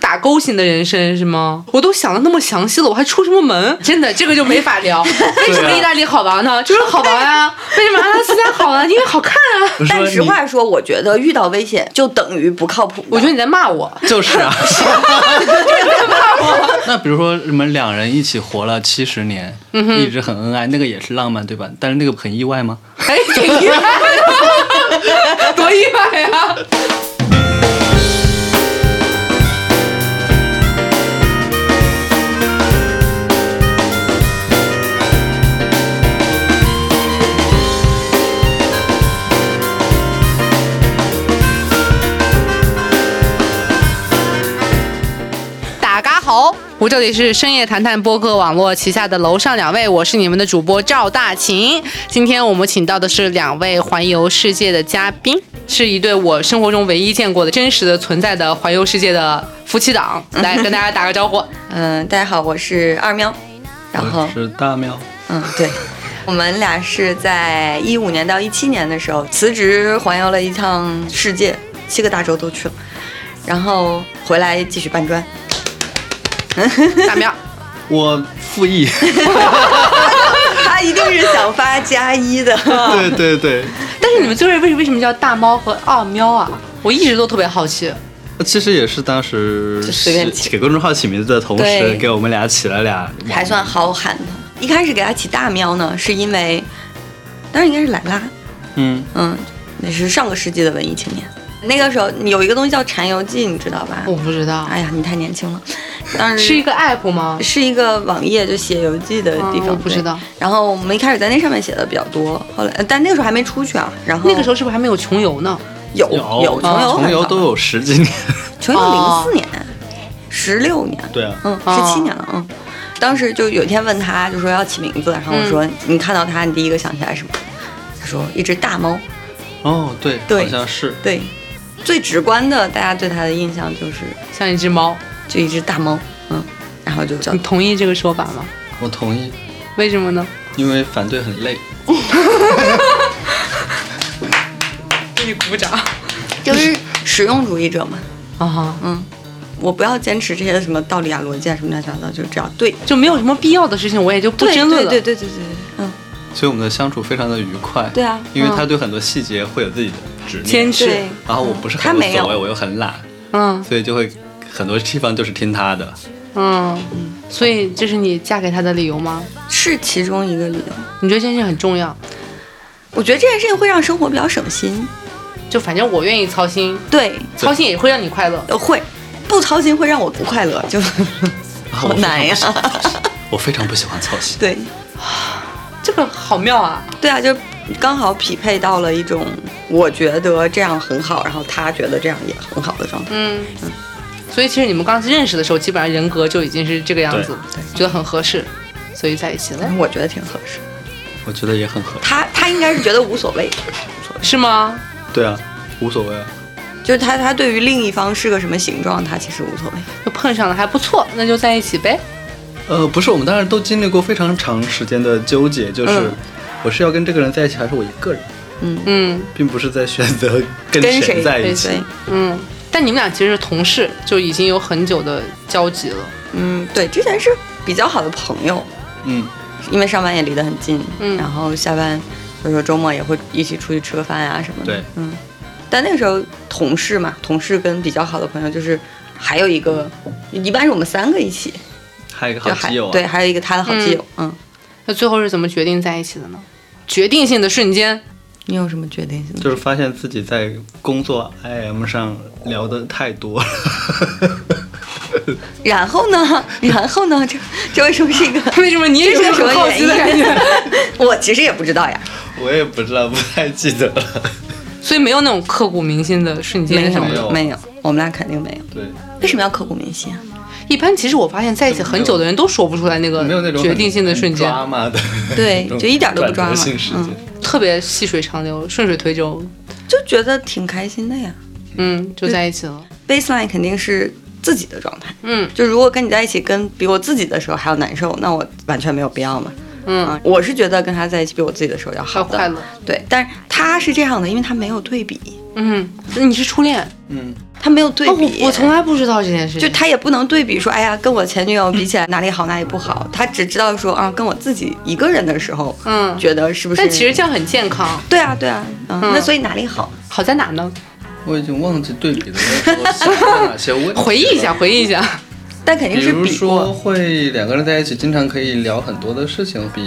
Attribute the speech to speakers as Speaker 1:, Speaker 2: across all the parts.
Speaker 1: 打勾型的人生是吗？我都想的那么详细了，我还出什么门？真的，这个就没法 聊。为什么意大利好玩呢？就是好玩啊！ 为什么阿拉斯加好玩？因为好看啊！
Speaker 2: 我
Speaker 3: 说
Speaker 2: 但
Speaker 3: 你
Speaker 2: 实话说，我觉得遇到危险就等于不靠谱的。
Speaker 1: 我觉得你在骂我，
Speaker 3: 就是 啊， 那比如说你们两人一起活了七十年，
Speaker 2: 嗯
Speaker 3: 一直很恩爱，那个也是浪漫，对吧？但是那个很意外吗？
Speaker 1: 哎，挺意外的， 多意外啊呀！大家好，我这里是深夜谈谈播客网络旗下的楼上两位，我是你们的主播赵大秦。今天我们请到的是两位环游世界的嘉宾，是一对我生活中唯一见过的真实的存在的环游世界的夫妻 档，来跟大家打个招呼。
Speaker 2: 嗯、大家好，我是二喵，然后
Speaker 3: 我是大妙，
Speaker 2: 嗯，对，我们俩是在一五年到一七年的时候辞职环游了一趟世界，七个大洲都去了，然后回来继续搬砖。
Speaker 1: 大喵，
Speaker 3: 我复议，
Speaker 2: 他一定是想发加一的。
Speaker 3: 对对对。
Speaker 1: 但是你们最后为为什么叫大猫和二喵啊？我一直都特别好奇。
Speaker 3: 其实也是当时
Speaker 2: 就随便起
Speaker 3: 给公众号起名字的同时
Speaker 2: 对，
Speaker 3: 给我们俩起了俩网名
Speaker 2: 还算好喊的。一开始给他起大喵呢，是因为，当然应该是莱拉，
Speaker 3: 嗯，
Speaker 2: 嗯，那是上个世纪的文艺青年。那个时候有一个东西叫《禅游记》，你知道吧？
Speaker 1: 我不知道，哦
Speaker 2: 哎呀，你太年轻了。当时
Speaker 1: 是一个 app 吗？
Speaker 2: 是一个网页，就写游记的地方。
Speaker 1: 嗯我不知道
Speaker 2: 对。然后我们一开始在那上面写的比较多，后来呃但那个时候还没出去啊。然后
Speaker 1: 那个时候是不是还没有穷游呢？
Speaker 2: 有
Speaker 3: 有
Speaker 2: 有穷游很
Speaker 3: 穷游
Speaker 2: 早
Speaker 3: 都有十 几年，
Speaker 2: 穷游零
Speaker 1: 哦
Speaker 2: 四年，十六年。
Speaker 3: 对啊，
Speaker 2: 嗯，
Speaker 1: 哦
Speaker 2: 十七年了，嗯。当时就有一天问他，就说要起名字，然后我说、你看到他，你第一个想起来什么？他说一只大猫。
Speaker 3: 哦对，
Speaker 2: 对
Speaker 3: 好像是
Speaker 2: 对，最直观的，大家对他的印象就是
Speaker 1: 像一只猫，
Speaker 2: 就一只大猫，嗯，然后就叫
Speaker 1: 你同意这个说法吗？
Speaker 3: 我同意，
Speaker 1: 为什么呢？
Speaker 3: 因为反对很累。
Speaker 1: 给你鼓掌。
Speaker 2: 就是实用主义者嘛，
Speaker 1: 啊哈，
Speaker 2: 嗯。我不要坚持这些什么道理啊、逻辑啊什么乱七八糟，就只要对，
Speaker 1: 就没有什么必要的事情，我也就不
Speaker 2: 对
Speaker 1: 争论了。
Speaker 2: 对对对对对对，嗯，
Speaker 3: 所以我们的相处非常的愉快。
Speaker 2: 对啊
Speaker 3: 因为他对很多细节会有自己的执
Speaker 1: 坚
Speaker 3: 念，
Speaker 1: 持，
Speaker 2: 对。
Speaker 3: 然后我不是
Speaker 2: 他
Speaker 3: 很无
Speaker 2: 没
Speaker 3: 所谓，
Speaker 2: 有，
Speaker 3: 我又很懒，
Speaker 1: 嗯
Speaker 3: 所以就会很多地方就是听他的。
Speaker 1: 嗯，所以这是你嫁给他的理由吗？
Speaker 2: 是其中一个理由。
Speaker 1: 你觉得这件事情很重要？
Speaker 2: 我觉得这件事情会让生活比较省心，
Speaker 1: 就反正我愿意操心，
Speaker 2: 对，
Speaker 1: 操心也会让你快乐。
Speaker 2: 呃会，不操心会让我不快乐， 就
Speaker 3: 然后
Speaker 2: 好
Speaker 3: 我非常
Speaker 2: 难呀
Speaker 3: 不喜。欢操心我非常不喜欢操心。
Speaker 2: 对，
Speaker 1: 这个好妙啊！
Speaker 2: 对啊，就刚好匹配到了一种我觉得这样很好，然后他觉得这样也很好的状态。
Speaker 1: 嗯，所以其实你们刚认识的时候，基本上人格就已经是这个样子，觉得很合适，所以在一起了
Speaker 2: 反，正我觉得挺合适。
Speaker 3: 我觉得也很合适。
Speaker 2: 他他应该是觉得无所谓，
Speaker 1: 是吗？
Speaker 3: 对啊，无所谓啊。
Speaker 2: 就是他他对于另一方是个什么形状，他其实无所谓。
Speaker 1: 就碰上了还不错，那就在一起呗。
Speaker 3: 呃，不是，我们当然都经历过非常长时间的纠结，就是
Speaker 2: 嗯
Speaker 3: 我是要跟这个人在一起，还是我一个人，
Speaker 1: 嗯
Speaker 3: 并不是在选择跟
Speaker 2: 跟
Speaker 3: 谁
Speaker 2: 谁
Speaker 3: 在
Speaker 2: 对
Speaker 3: 一起。
Speaker 2: 对，
Speaker 1: 嗯，但你们俩其实是同事，就已经有很久的交集了。
Speaker 2: 嗯，对，之前是比较好的朋友，
Speaker 3: 嗯，
Speaker 2: 因为上班也离得很近，
Speaker 1: 嗯
Speaker 2: 然后下班所以说周末也会一起出去吃个饭呀、什么的。
Speaker 3: 对，
Speaker 2: 嗯。但那个时候同事嘛，同事跟比较好的朋友就是还有一个，一般是我们三个一起，
Speaker 3: 还有一个
Speaker 2: 就
Speaker 3: 好
Speaker 2: 还
Speaker 3: 基友啊，
Speaker 2: 对，还有一个他的好基友，嗯。
Speaker 1: 那最后是怎么决定在一起的呢？决定性的瞬间，
Speaker 2: 你有什么决定性的？
Speaker 3: 就是发现自己在工作 IM 上聊的太多了。
Speaker 2: 然后呢？ 然后呢？这这为什么是 一个？
Speaker 1: 为什么你也有
Speaker 2: 这是什
Speaker 1: 很好
Speaker 2: 么
Speaker 1: 奇的感
Speaker 2: 原因
Speaker 1: 觉？？
Speaker 2: 我其实也不知道呀。
Speaker 3: 我也不知道，不太记得了。
Speaker 1: 所以没有那种刻骨铭心的瞬间
Speaker 2: 没
Speaker 1: 什么
Speaker 3: 没
Speaker 1: 的。
Speaker 3: 有
Speaker 2: 有，没有，我们俩肯定没有。
Speaker 3: 对，
Speaker 2: 为什么要刻骨铭心啊？
Speaker 1: 一般其实我发现在一起很久的人都说不出来那个
Speaker 3: 没有那种
Speaker 1: 决定性的瞬间，
Speaker 3: 抓马的，
Speaker 2: 对
Speaker 3: 那种
Speaker 2: 就一点都不抓马
Speaker 3: 转折性事件。
Speaker 1: 特别细水长流、顺水推舟，
Speaker 2: 就觉得挺开心的呀。
Speaker 1: 嗯，就在一起了。
Speaker 2: baseline 肯定是自己的状态。
Speaker 1: 嗯
Speaker 2: 就如果跟你在一起，跟比我自己的时候还要难受，那我完全没有必要嘛。
Speaker 1: 嗯，
Speaker 2: 啊，我是觉得跟他在一起比我自己的时候要好
Speaker 1: 还
Speaker 2: 的
Speaker 1: 快乐。
Speaker 2: 对，但是他是这样的，因为他没有对比。
Speaker 1: 嗯，你是初恋，
Speaker 3: 嗯，
Speaker 2: 他没有对
Speaker 1: 哦
Speaker 2: 比。
Speaker 1: 我我从来不知道这件事情，
Speaker 2: 就他也不能对比说，哎呀，跟我前女友比起来哪里好哪里不好，他只知道说啊，跟我自己一个人的时候，
Speaker 1: 嗯
Speaker 2: 觉得是不是？
Speaker 1: 但其实这样很健康，
Speaker 2: 对啊对啊，嗯，
Speaker 1: 嗯
Speaker 2: 那所以哪里好？
Speaker 1: 好在哪呢？
Speaker 3: 我已经忘记对比的时候想过哪些问题了
Speaker 1: 回忆一下，。回忆一下。
Speaker 2: 但肯定
Speaker 3: 比
Speaker 2: 是
Speaker 3: 如
Speaker 2: 比
Speaker 3: 说，
Speaker 2: 过，
Speaker 3: 会两个人在一起，经常可以聊很多的事情，比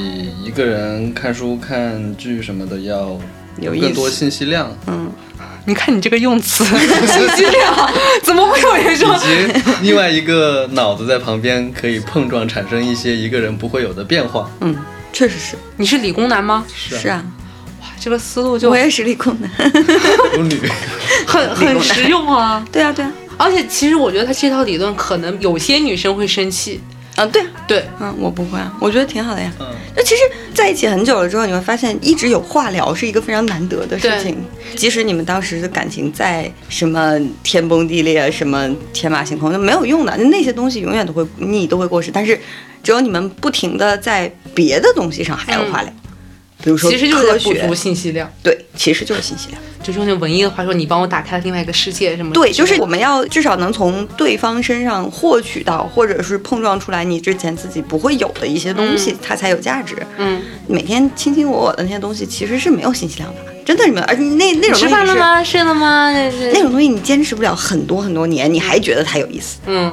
Speaker 3: 一个人看书、看剧什么的要
Speaker 2: 有意
Speaker 3: 更多
Speaker 2: 思
Speaker 3: 信息量，
Speaker 2: 嗯，
Speaker 1: 你看 你这个用词，信息量，怎么会有人说
Speaker 3: 以及另外一个脑子在旁边可以碰撞，产生一些一个人不会有的变化。
Speaker 2: 嗯，确实是
Speaker 1: 你是理工男吗？
Speaker 3: 是
Speaker 2: 是
Speaker 3: 啊，
Speaker 2: 啊，
Speaker 1: 哇，这个思路就
Speaker 2: 我也是理工男，
Speaker 3: 有女。
Speaker 1: 很
Speaker 2: 理工
Speaker 1: 很
Speaker 2: 男
Speaker 1: 实用啊。
Speaker 2: 对啊对啊，
Speaker 1: 而且其实我觉得他这套理论可能有些女生会生气，
Speaker 2: 啊对啊，
Speaker 1: 对，
Speaker 2: 嗯，我不会啊，我觉得挺好的呀。
Speaker 3: 嗯，
Speaker 2: 那其实在一起很久了之后，你会发现一直有话聊是一个非常难得的事情。即使你们当时的感情再什么天崩地裂、什么天马行空，那没有用的，那些东西永远都会你都会过时。但是只有你们不停的在别的东西上还有话聊，比如说
Speaker 1: 嗯其实就是
Speaker 2: 科
Speaker 1: 在补
Speaker 2: 学
Speaker 1: 足，信息量。
Speaker 2: 对，其实就是信息量。
Speaker 1: 就是用那文艺的话说，你帮我打开了另外一个世界，什么
Speaker 2: 对，就是我们要至少能从对方身上获取到，或者是碰撞出来你之前自己不会有的一些东西，它才有价值。
Speaker 1: 嗯，
Speaker 2: 每天卿卿我我的那些东西，其实是没有信息量的，真的是没有。而且那那种东西
Speaker 1: 吃饭了
Speaker 2: 是？
Speaker 1: 吗？睡了吗？那是
Speaker 2: 那种东西你坚持不了很多很多年，你还觉得它有意思。
Speaker 1: 嗯，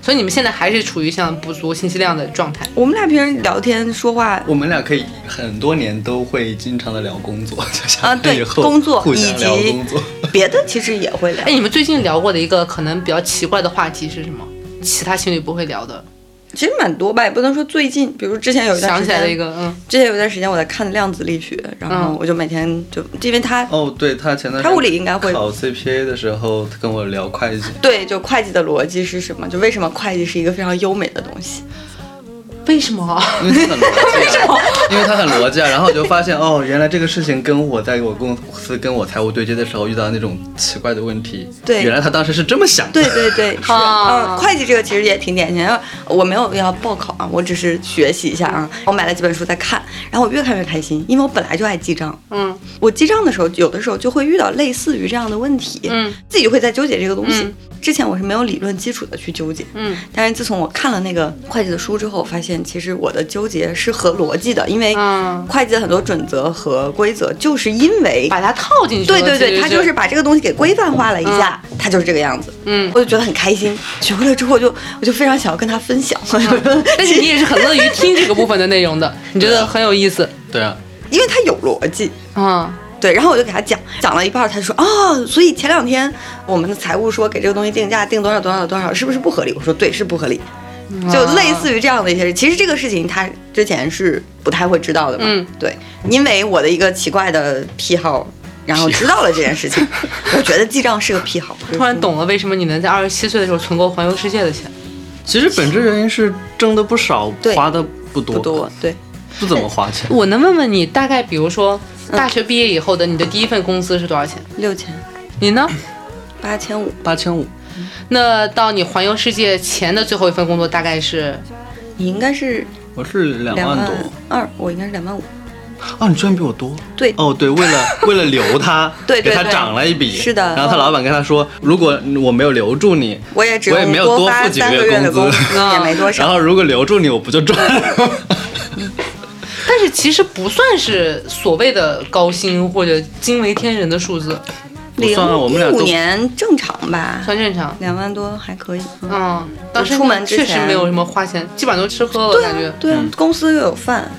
Speaker 1: 所以你们现在还是处于像补足信息量的状态。
Speaker 2: 我们俩平时聊天说话，
Speaker 3: 我们俩可以很多年都会经常的聊工作，就
Speaker 2: 啊
Speaker 3: 像
Speaker 2: 对
Speaker 3: 以后
Speaker 2: 工作
Speaker 3: 互
Speaker 2: 以
Speaker 3: 相
Speaker 2: 及
Speaker 3: 聊工作。
Speaker 2: 别的其实也会聊
Speaker 1: 哎，。你们最近聊过的一个可能比较奇怪的话题是什么？其他情侣不会聊的，
Speaker 2: 其实蛮多吧，也不能说最近，比如之前有一段
Speaker 1: 想
Speaker 2: 时
Speaker 1: 起来
Speaker 2: 间，
Speaker 1: 了一个，嗯，
Speaker 2: 之前有一段时间我在看量子力学，然后
Speaker 1: 嗯
Speaker 2: 我就每天就因为他
Speaker 3: 哦，对他前段时间
Speaker 2: 他物理应该会
Speaker 3: 考 CPA 的时候跟我聊会计，
Speaker 2: 对，就会计的逻辑是什么？就为什么会计是一个非常优美的东西？
Speaker 1: 为什么？
Speaker 3: 因为他很逻辑、啊， 因为他很逻辑、啊，然后我就发现哦，原来这个事情跟我在我公司跟我财务对接的时候遇到那种奇怪的问题，
Speaker 2: 对
Speaker 3: 原来他当时是这么想的
Speaker 2: 对。对 对，是
Speaker 1: 啊
Speaker 2: 嗯，会计这个其实也挺典型的。我没有要报考啊，我只是学习一下啊。我买了几本书在看，然后我越看越开心，因为我本来就爱记账。
Speaker 1: 嗯
Speaker 2: 我记账的时候，有的时候就会遇到类似于这样的问题，
Speaker 1: 嗯
Speaker 2: 自己会在纠结这个东西。
Speaker 1: 嗯
Speaker 2: 之前我是没有理论基础的去纠结，
Speaker 1: 嗯
Speaker 2: 但是自从我看了那个会计的书之后，我发现其实我的纠结是合逻辑的，因为
Speaker 1: 嗯
Speaker 2: 会计的很多准则和规则，就是因为
Speaker 1: 把它套进去。
Speaker 2: 对对对，
Speaker 1: 他
Speaker 2: 他就是把这个东西给规范化了一下，他就是这个样子。
Speaker 1: 嗯。
Speaker 2: 我就觉得很开心，学会了之后我就我就非常想要跟他分享，
Speaker 1: 但是你也是很乐于听这个部分的内容的，你觉得很有意思，
Speaker 3: 对啊，
Speaker 2: 因为他有逻辑。
Speaker 1: 嗯，
Speaker 2: 对，然后我就给他讲，讲了一半儿，他说哦，所以前两天我们的财务说给这个东西定价定多少多少多少，是不是不合理？我说对，是不合理。就类似于这样的一些事，其实这个事情他之前是不太会知道的嘛。
Speaker 1: 嗯，
Speaker 2: 对，因为我的一个奇怪的癖好，然后知道了这件事情，我觉得记账是个癖好。
Speaker 1: 突然懂了为什么你能在二十七岁的时候存够环游世界的钱。
Speaker 3: 其实本质原因是挣的不少，
Speaker 2: 对
Speaker 3: 花的不多，
Speaker 2: 不多，对，
Speaker 3: 不怎么花钱。
Speaker 1: 我能问问你，大概比如说
Speaker 2: 嗯
Speaker 1: 大学毕业以后的你的第一份工资是多少钱？
Speaker 2: 六千
Speaker 1: 你呢？
Speaker 2: 八千五
Speaker 3: 八千五，
Speaker 1: 那到你环游世界前的最后一份工作大概是？
Speaker 2: 你应该是
Speaker 3: 我是两
Speaker 2: 两
Speaker 3: 万
Speaker 2: 万
Speaker 3: 多。
Speaker 2: 二，我应该是两万五。
Speaker 3: 哦，你居然比我多。
Speaker 2: 对
Speaker 3: 哦，对，为 了为了留他，
Speaker 2: 对对
Speaker 3: 给他
Speaker 2: 对
Speaker 3: 涨了一笔。
Speaker 2: 是的
Speaker 3: 然后他老板跟他说，如果我没有留住你，
Speaker 2: 我也只
Speaker 3: 我也没有
Speaker 2: 多
Speaker 3: 多
Speaker 2: 发
Speaker 3: 付几
Speaker 2: 三个
Speaker 3: 月
Speaker 2: 月的
Speaker 3: 工
Speaker 2: 工
Speaker 3: 资
Speaker 2: 资，也没多
Speaker 3: 然
Speaker 2: 少。
Speaker 3: 后如果留住你，我不就赚了？
Speaker 1: 但是其实不算是所谓的高薪或者惊为天人的数字，
Speaker 3: 我
Speaker 2: 零
Speaker 3: 算了，啊我们俩
Speaker 2: 一五
Speaker 3: 都
Speaker 2: 年正常吧，
Speaker 1: 算正常。
Speaker 2: 两万多还可以。嗯
Speaker 1: 嗯，当时
Speaker 2: 出门之
Speaker 1: 确
Speaker 2: 前
Speaker 1: 实没有什么花钱，基本上都吃喝了，
Speaker 2: 对
Speaker 1: 感觉
Speaker 2: 啊。，对啊
Speaker 3: 嗯，
Speaker 2: 公司又有饭，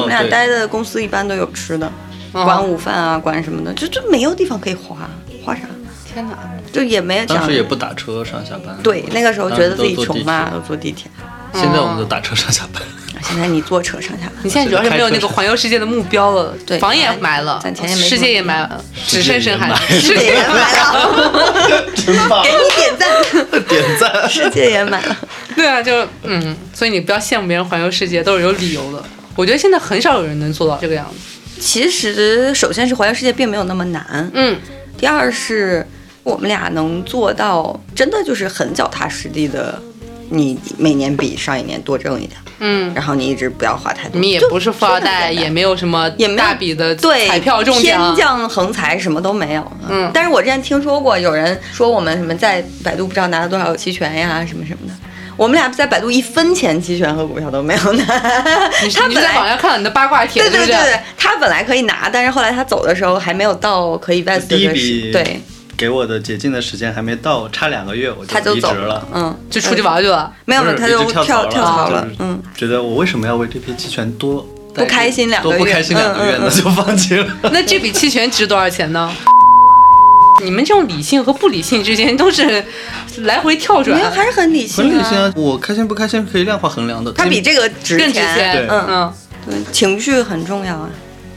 Speaker 3: 哦
Speaker 2: 们俩
Speaker 3: 对
Speaker 2: 待的公司一般都有吃的，
Speaker 1: 嗯
Speaker 2: 管午饭啊，管什么的，就就没有地方可以花，花啥？
Speaker 1: 天哪！
Speaker 2: 就也没有
Speaker 3: 当
Speaker 2: 讲
Speaker 3: 时。也不打车上下班。
Speaker 2: 对，那个时候觉得自
Speaker 3: 当
Speaker 2: 己
Speaker 3: 时都坐
Speaker 2: 穷
Speaker 3: 地铁
Speaker 2: 嘛，嗯都坐地铁。啊
Speaker 3: 现在我们都打车上下 班。
Speaker 2: 现在你坐车上下班，
Speaker 1: 你现在主要是没有那个环游世界的目标了，
Speaker 2: 对
Speaker 1: 房也买了，
Speaker 2: 攒钱也没嗯
Speaker 1: 世界也买了，只剩深海，
Speaker 2: 世界也买了，
Speaker 3: 真棒
Speaker 2: 给，你点赞。
Speaker 3: 点赞。
Speaker 2: 世界也买了，
Speaker 1: 对啊，就嗯，所以你不要羡慕别人环游世界，都是有理由的。我觉得现在很少有人能做到这个样子。
Speaker 2: 其实，首先是环游世界并没有那么难，
Speaker 1: 嗯，
Speaker 2: 第二是我们俩能做到真的就是很脚踏实地的你每年比上一年多挣一点，
Speaker 1: 嗯，
Speaker 2: 然后你一直不要花太
Speaker 1: 你
Speaker 2: 多。
Speaker 1: 们也
Speaker 2: 就
Speaker 1: 不是富二
Speaker 2: 就这么简
Speaker 1: 代，
Speaker 2: 单
Speaker 1: 也没有什么
Speaker 2: 也没有
Speaker 1: 大笔的
Speaker 2: 对
Speaker 1: 彩票中
Speaker 2: 天
Speaker 1: 奖，
Speaker 2: 降横财什么都没有。
Speaker 1: 嗯
Speaker 2: 但是我之前听说过有人说我们什么在百度不知道拿了多少期权呀，什么什么的。我们俩在百度一分钱期权和股票都没有拿，
Speaker 1: 你是
Speaker 2: 他
Speaker 1: 你
Speaker 2: 本
Speaker 1: 是在网
Speaker 2: 来。
Speaker 1: 上看到你的八卦帖
Speaker 2: 对
Speaker 1: 子，不
Speaker 2: 对对对，他本来可以拿，但是后来他走的时候还没有到可以 vest
Speaker 3: 第一
Speaker 2: 的时
Speaker 3: 笔
Speaker 2: 对，
Speaker 3: 给我的解禁的时间还没到，差两个月我
Speaker 2: 他
Speaker 3: 就
Speaker 2: 就
Speaker 3: 离职
Speaker 2: 走
Speaker 3: 了。，
Speaker 2: 嗯，
Speaker 1: 就出去
Speaker 2: 嗯，
Speaker 1: 玩啊去了。
Speaker 2: 没有没有，
Speaker 3: 不
Speaker 2: 他
Speaker 3: 是
Speaker 2: 就
Speaker 3: 就跳槽
Speaker 2: 跳
Speaker 3: 了
Speaker 2: 跳槽
Speaker 3: 就是
Speaker 2: 嗯，
Speaker 3: 觉得我为什么要为这批期权多
Speaker 2: 不开心两个
Speaker 3: 多不
Speaker 2: 月
Speaker 3: 开心两个
Speaker 2: 嗯
Speaker 3: 月呢，
Speaker 2: 嗯嗯
Speaker 3: 就放弃 了。
Speaker 1: 那这笔期权值多少钱呢？你们这种理性和不理性之间都是来回跳
Speaker 2: 没有
Speaker 1: 转，
Speaker 2: 还是很理性
Speaker 3: 很
Speaker 2: 啊，
Speaker 3: 理性啊，我开心不开心是可以量化衡量的。
Speaker 2: 他比这个值
Speaker 1: 更值钱。
Speaker 3: 对
Speaker 2: 嗯，
Speaker 1: 嗯，
Speaker 2: 对，情绪很重要啊，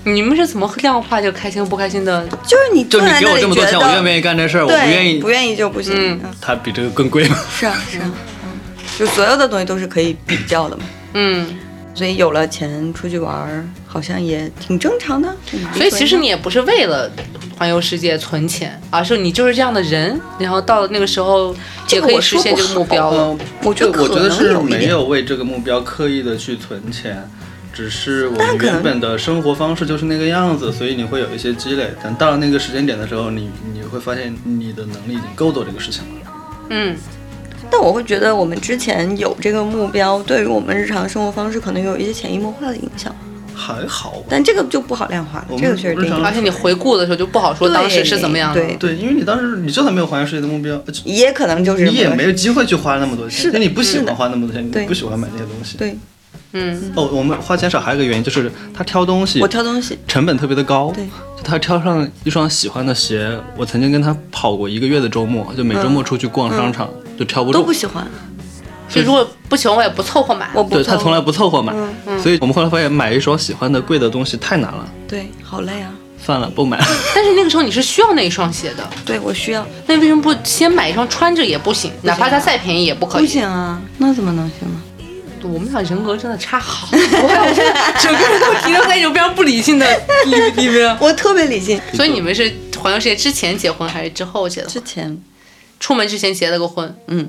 Speaker 1: 你们是怎么量化这个开心不开心的？
Speaker 2: 就是你
Speaker 3: 就
Speaker 2: 坐
Speaker 3: 你
Speaker 2: 在
Speaker 3: 给
Speaker 2: 那
Speaker 3: 我
Speaker 2: 里
Speaker 3: 这么多
Speaker 2: 觉
Speaker 3: 钱，我愿不
Speaker 2: 得
Speaker 3: 愿意干这事儿？我
Speaker 2: 对，
Speaker 3: 不愿意
Speaker 2: 不。愿意就不行。
Speaker 1: 嗯
Speaker 2: 嗯，
Speaker 3: 他比这个更贵吗？
Speaker 2: 是啊，是啊，嗯就所有的东西都是可以比较的嘛。
Speaker 1: 嗯，
Speaker 2: 所以有了钱出去玩儿，好像也挺正常的。挺理所
Speaker 1: 所以其实
Speaker 2: 当
Speaker 1: 你也不是为了环游世界存钱，而是你就是这样的人，然后到了那个时候也可以实现这个目标了。
Speaker 3: 嗯，
Speaker 2: 我觉得
Speaker 3: 对我觉得
Speaker 2: 呃可能
Speaker 3: 是
Speaker 2: 有一
Speaker 3: 没
Speaker 2: 点
Speaker 3: 有为这个目标刻意的去存钱，只是我们
Speaker 2: 但可能
Speaker 3: 原本的生活方式就是那个样子，所以你会有一些积累。但到了那个时间点的时候，你你会发现你的能力已经够做这个事情了。
Speaker 1: 嗯，
Speaker 2: 但我会觉得我们之前有这个目标，对于我们日常生活方式可能有一些潜移默化的影响，
Speaker 3: 还好 吧。
Speaker 2: 但这个就不好量化了
Speaker 3: 我，们
Speaker 2: 这个确实
Speaker 3: 日
Speaker 2: 定
Speaker 3: 常
Speaker 2: 义。
Speaker 1: 嗯而且你回顾的时候就不好说
Speaker 2: 对
Speaker 1: 当时是怎么样的。
Speaker 2: 对
Speaker 3: 对，因为你当时你就算没有环游世界的目标，呃就
Speaker 2: 也可能就是
Speaker 3: 你也没有机会去花那么多钱，
Speaker 2: 是的
Speaker 3: 因为你不喜
Speaker 2: 是的
Speaker 3: 欢花那么多钱，
Speaker 2: 对
Speaker 3: 你不喜欢买那些东西。
Speaker 2: 对
Speaker 1: 嗯，
Speaker 3: 哦，我们花钱少还有一个原因就是他挑东西，
Speaker 2: 我挑东西，
Speaker 3: 成本特别的高。
Speaker 2: 对，
Speaker 3: 就他挑上一双喜欢的鞋，我曾经跟他跑过一个月的周末，就每周末出去逛商场，就挑不
Speaker 2: 都
Speaker 3: 中
Speaker 2: 不。喜欢，
Speaker 1: 就如果不行，我也不凑合买。
Speaker 2: 我 不
Speaker 3: 对
Speaker 2: 挑
Speaker 3: 他从来不凑合买，
Speaker 2: 嗯
Speaker 3: 所以我们后来发现买一双喜欢的贵的东西太难了，
Speaker 2: 对，好累啊，
Speaker 3: 算了，不买了。
Speaker 1: 但是那个时候你是需要那一双鞋的，
Speaker 2: 对我需要，
Speaker 1: 那为什么不先买一双穿着也不行，哪怕它再便宜也不可
Speaker 2: 不
Speaker 1: 以？
Speaker 2: 行啊，那怎么能行呢？
Speaker 1: 我们俩人格真的差好多，我真的整个人都停留在一种非常不理性的里里 面。
Speaker 2: 我特别理性，
Speaker 1: 所以你们是环游世界之前结婚还是之后结的婚？
Speaker 2: 之前
Speaker 1: 出门之前结了个婚，
Speaker 2: 嗯，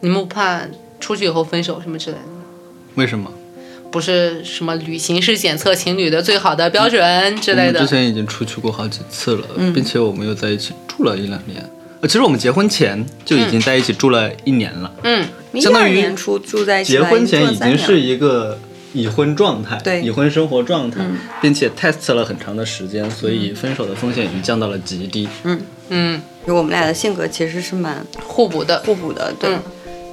Speaker 1: 你们不怕出去以后分手什么之类的吗？
Speaker 3: 为什么？
Speaker 1: 不是什么旅行是检测情侣的最好的标准之
Speaker 3: 嗯我
Speaker 1: 类
Speaker 3: 们
Speaker 1: 的
Speaker 3: 之。前已经出去过好几次了，并且我们又在一起住了一两年。呃，其实我们结婚前就已经在一起住了一年了，
Speaker 1: 嗯，
Speaker 2: 你
Speaker 3: 相当
Speaker 2: 12
Speaker 3: 于
Speaker 2: 年初住在一起
Speaker 3: 结
Speaker 2: 吧，
Speaker 3: 婚
Speaker 2: 住
Speaker 3: 前
Speaker 2: 了
Speaker 3: 已
Speaker 2: 三
Speaker 3: 经
Speaker 2: 年
Speaker 3: 是
Speaker 2: 了
Speaker 3: 一个已婚状态，
Speaker 2: 对嗯
Speaker 3: 已婚生活状态，并且 test 了很长的时间，所以分手的风险已经降到了极低。
Speaker 1: 嗯，
Speaker 2: 就我们俩的性格其实是蛮
Speaker 1: 互补的。
Speaker 2: 互补的，对。
Speaker 1: 嗯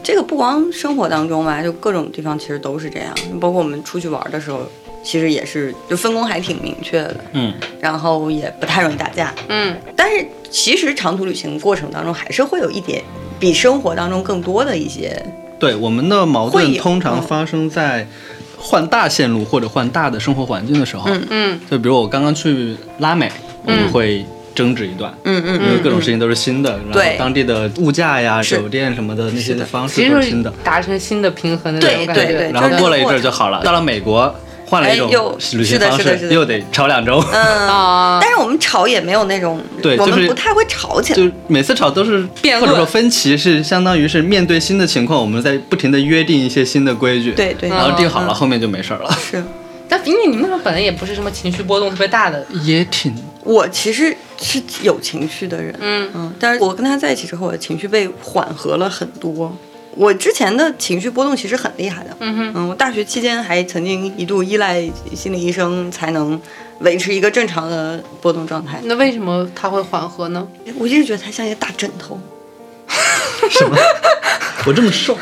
Speaker 2: 这个不光生活当中吧，就各种地方其实都是这样，包括我们出去玩的时候，其实也是就分工还挺明确的，
Speaker 3: 嗯，
Speaker 2: 然后也不太容易打架。
Speaker 1: 嗯，
Speaker 2: 但是其实长途旅行过程当中还是会有一点比生活当中更多的一些，
Speaker 3: 对，我们的矛盾
Speaker 2: 会有
Speaker 3: 通常
Speaker 2: 嗯
Speaker 3: 发生在换大线路或者换大的生活环境的时候。
Speaker 2: 嗯
Speaker 1: 嗯
Speaker 3: 就比如我刚刚去拉美，我们会争执一段。
Speaker 2: 嗯嗯
Speaker 3: 因为各种事情都是新的，然
Speaker 2: 对
Speaker 3: 后当地的物价呀、
Speaker 2: 是
Speaker 3: 酒店什么的那些
Speaker 2: 是的
Speaker 3: 方
Speaker 1: 其
Speaker 3: 式
Speaker 1: 实
Speaker 3: 都
Speaker 1: 就是
Speaker 3: 新
Speaker 1: 是
Speaker 3: 的，
Speaker 1: 达成新的平衡的那种
Speaker 2: 对
Speaker 1: 感觉。
Speaker 2: 对对
Speaker 3: 然后
Speaker 2: 就是
Speaker 3: 过了一
Speaker 2: 过
Speaker 3: 阵儿
Speaker 2: 程
Speaker 3: 就好了。到了美国，换了一种
Speaker 2: 哎又
Speaker 3: 旅行
Speaker 2: 是的
Speaker 3: 方
Speaker 2: 是的是
Speaker 3: 式，
Speaker 2: 的
Speaker 3: 又得吵两周。
Speaker 2: 嗯。
Speaker 1: 啊，
Speaker 2: 但是我们吵也没有那种，
Speaker 3: 对
Speaker 2: 我
Speaker 3: 就
Speaker 2: 们
Speaker 3: 是
Speaker 2: 不太会吵起来，
Speaker 3: 就是每次吵都是
Speaker 1: 辩
Speaker 3: 或
Speaker 1: 论
Speaker 3: 者说分歧是相当于是面对新的情况，我们在不停的约定一些新的规矩，
Speaker 2: 对对
Speaker 3: 然后定好了，
Speaker 2: 嗯
Speaker 3: 后面就没事儿了。
Speaker 2: 是
Speaker 1: 但因为你们那本来也不是什么情绪波动特别大的，
Speaker 3: 也挺
Speaker 2: 我其实是有情绪的人，
Speaker 1: 嗯
Speaker 2: 嗯，但是我跟他在一起之后，我的情绪被缓和了很多。我之前的情绪波动其实很厉害的，
Speaker 1: 嗯哼，
Speaker 2: 嗯，我大学期间还曾经一度依赖心理医生才能维持一个正常的波动状态。
Speaker 1: 那为什么它会缓和呢？
Speaker 2: 我一直觉得他像一个大枕头，
Speaker 3: 什么？我这么瘦，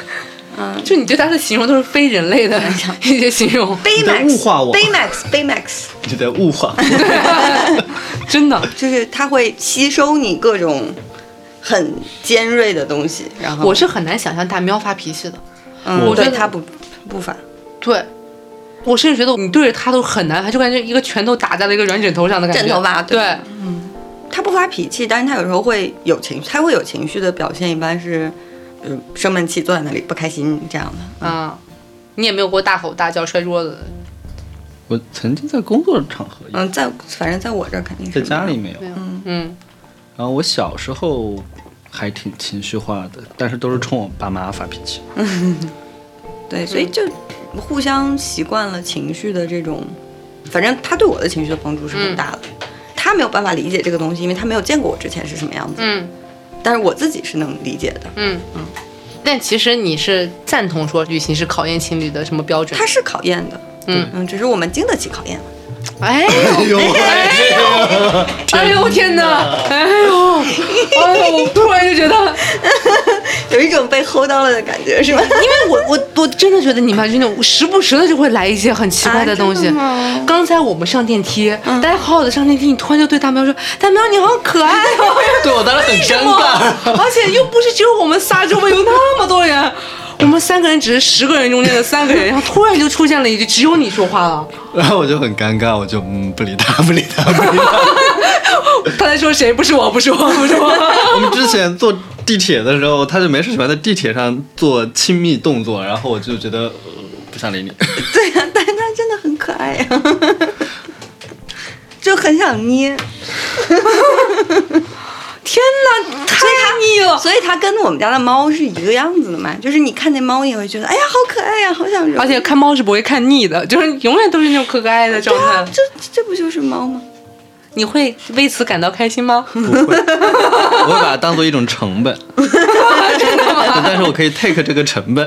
Speaker 1: 就你对它的形容都是非人类
Speaker 3: 哎
Speaker 1: 的一些形 容，
Speaker 2: Baymax，
Speaker 3: 在物化我
Speaker 2: Baymax，Baymax，
Speaker 3: 你在物化。
Speaker 1: 真的。
Speaker 2: 就是他会吸收你各种很尖锐的东西，然
Speaker 3: 嗯
Speaker 2: 后
Speaker 1: 我是很难想象大喵发脾气的，
Speaker 2: 嗯，
Speaker 3: 我
Speaker 2: 对
Speaker 1: 觉得
Speaker 2: 他不不烦，
Speaker 1: 对。我甚至觉得你对着它都很难，它就感觉一个拳头打在了一个软枕头上的感觉。
Speaker 2: 枕头吧
Speaker 1: 对
Speaker 2: 对他不发脾气，但是他有时候会有情绪，他会有情绪的表现，一般是，呃，生闷气，坐在那里不开心这样的。
Speaker 1: 啊、你也没有过大吼大叫、摔桌子的。
Speaker 3: 我曾经在工作场合，
Speaker 2: 嗯，在反正在我这儿肯定是
Speaker 1: 嗯
Speaker 3: 在家里没有。
Speaker 1: 没有嗯
Speaker 3: 然后我小时候还挺情绪化的，但是都是冲我爸妈发脾气。
Speaker 2: 对，所以就互相习惯了情绪的这种，反正他对我的情绪的帮助是很大的。
Speaker 1: 嗯
Speaker 2: 他没有办法理解这个东西，因为他没有见过我之前是什么样子。
Speaker 1: 嗯
Speaker 2: 但是我自己是能理解的，
Speaker 1: 嗯嗯。但其实你是赞同说旅行是考验情侣的什么标准
Speaker 2: 它？是考验的。
Speaker 1: 嗯
Speaker 2: 嗯，只是我们经得起考验。
Speaker 1: 哎呦，
Speaker 3: 呦，
Speaker 1: 哎呦天哪！哎呦，哎呦，我突然就觉得，
Speaker 2: 有一种被齁到了的感觉，是吧？
Speaker 1: 因为我我我真的觉得你们就那种时不时的就会来一些很奇怪的东西。
Speaker 2: 啊真的吗嗯
Speaker 1: 刚才我们上电梯，大家好好的上电梯，你突然就对大喵说：“大喵，你好可爱 哦。”
Speaker 3: 对我当时很尴尬。
Speaker 1: 而且又不是只有我们仨，周围有那么多人，我们三个人只是十个人中间的三个人，然后突然就出现了一句只有你说话了。
Speaker 3: 然后我就很尴尬，我就嗯不理他，不理他，不理他。
Speaker 1: 他在说谁？不是我，不是我，不是 我。
Speaker 3: 我们之前坐地铁的时候，他就没事喜欢在地铁上做亲密动作，然后我就觉得、呃不想理你。
Speaker 2: 对呀、但是它真的很可爱 呀、就很想捏，
Speaker 1: 天哪，太腻了！
Speaker 2: 所以它跟我们家的猫是一个样子的嘛，就是你看那猫，你也会觉得，哎呀，好可爱呀、好想揉。
Speaker 1: 而且看猫是不会看腻的，就是永远都是那种可可爱的状
Speaker 2: 对啊
Speaker 1: 态。
Speaker 2: 这这不就是猫吗？
Speaker 1: 你会为此感到开心吗？
Speaker 3: 不会，我会把它当做一种成 本。但但是我可以 take 这个成本，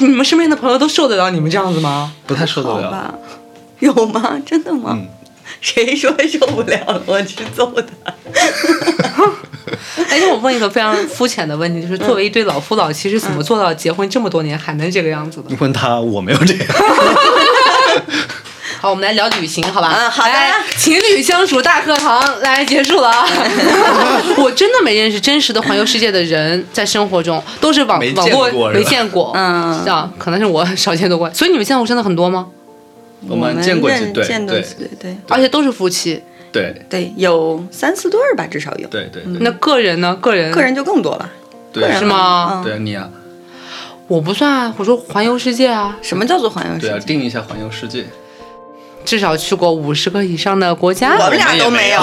Speaker 1: 你们身边的朋友都受得了你们这样子吗？
Speaker 3: 不太受得
Speaker 2: 好
Speaker 3: 了。
Speaker 2: 吧，有吗？真的吗？
Speaker 3: 啊嗯
Speaker 2: 谁说受不了了？我去揍他！
Speaker 1: 哎，那我问一个非常肤浅的问题，
Speaker 2: 嗯
Speaker 1: 就是作为一对老夫老妻，是怎么做到结婚这么多年还能这个样子的？
Speaker 3: 你问他，我没有这样。
Speaker 1: 好，我们来聊旅行，好吧？
Speaker 2: 嗯好的
Speaker 1: 来情侣相处大课堂来结束了 啊。 我真的没认识真实的环游世界的人，在生活中都是网
Speaker 3: 没
Speaker 1: 网
Speaker 3: 见过
Speaker 1: 络
Speaker 3: 是吧
Speaker 1: 没见过，
Speaker 2: 嗯
Speaker 1: 啊，可能是我少见多怪。所以你们见过真的很多吗？
Speaker 3: 我们见过几
Speaker 2: 认
Speaker 3: 对
Speaker 2: 见过
Speaker 3: 对
Speaker 2: 几对对
Speaker 1: 而且都是夫妻。
Speaker 3: 对
Speaker 2: 对，有三四对儿吧，至少有。
Speaker 3: 对对
Speaker 1: 那个人呢？个人，
Speaker 2: 个人就更多了，个
Speaker 3: 对，
Speaker 2: 人
Speaker 1: 是吗
Speaker 2: 嗯
Speaker 3: 对你啊，
Speaker 1: 我不算啊。我说环游世界啊，
Speaker 2: 什么叫做环游世
Speaker 3: 对啊，
Speaker 2: 界？
Speaker 3: 定一下环游世 界。
Speaker 1: 至少去过五十个以上的国家。
Speaker 2: 啊我们俩都没有，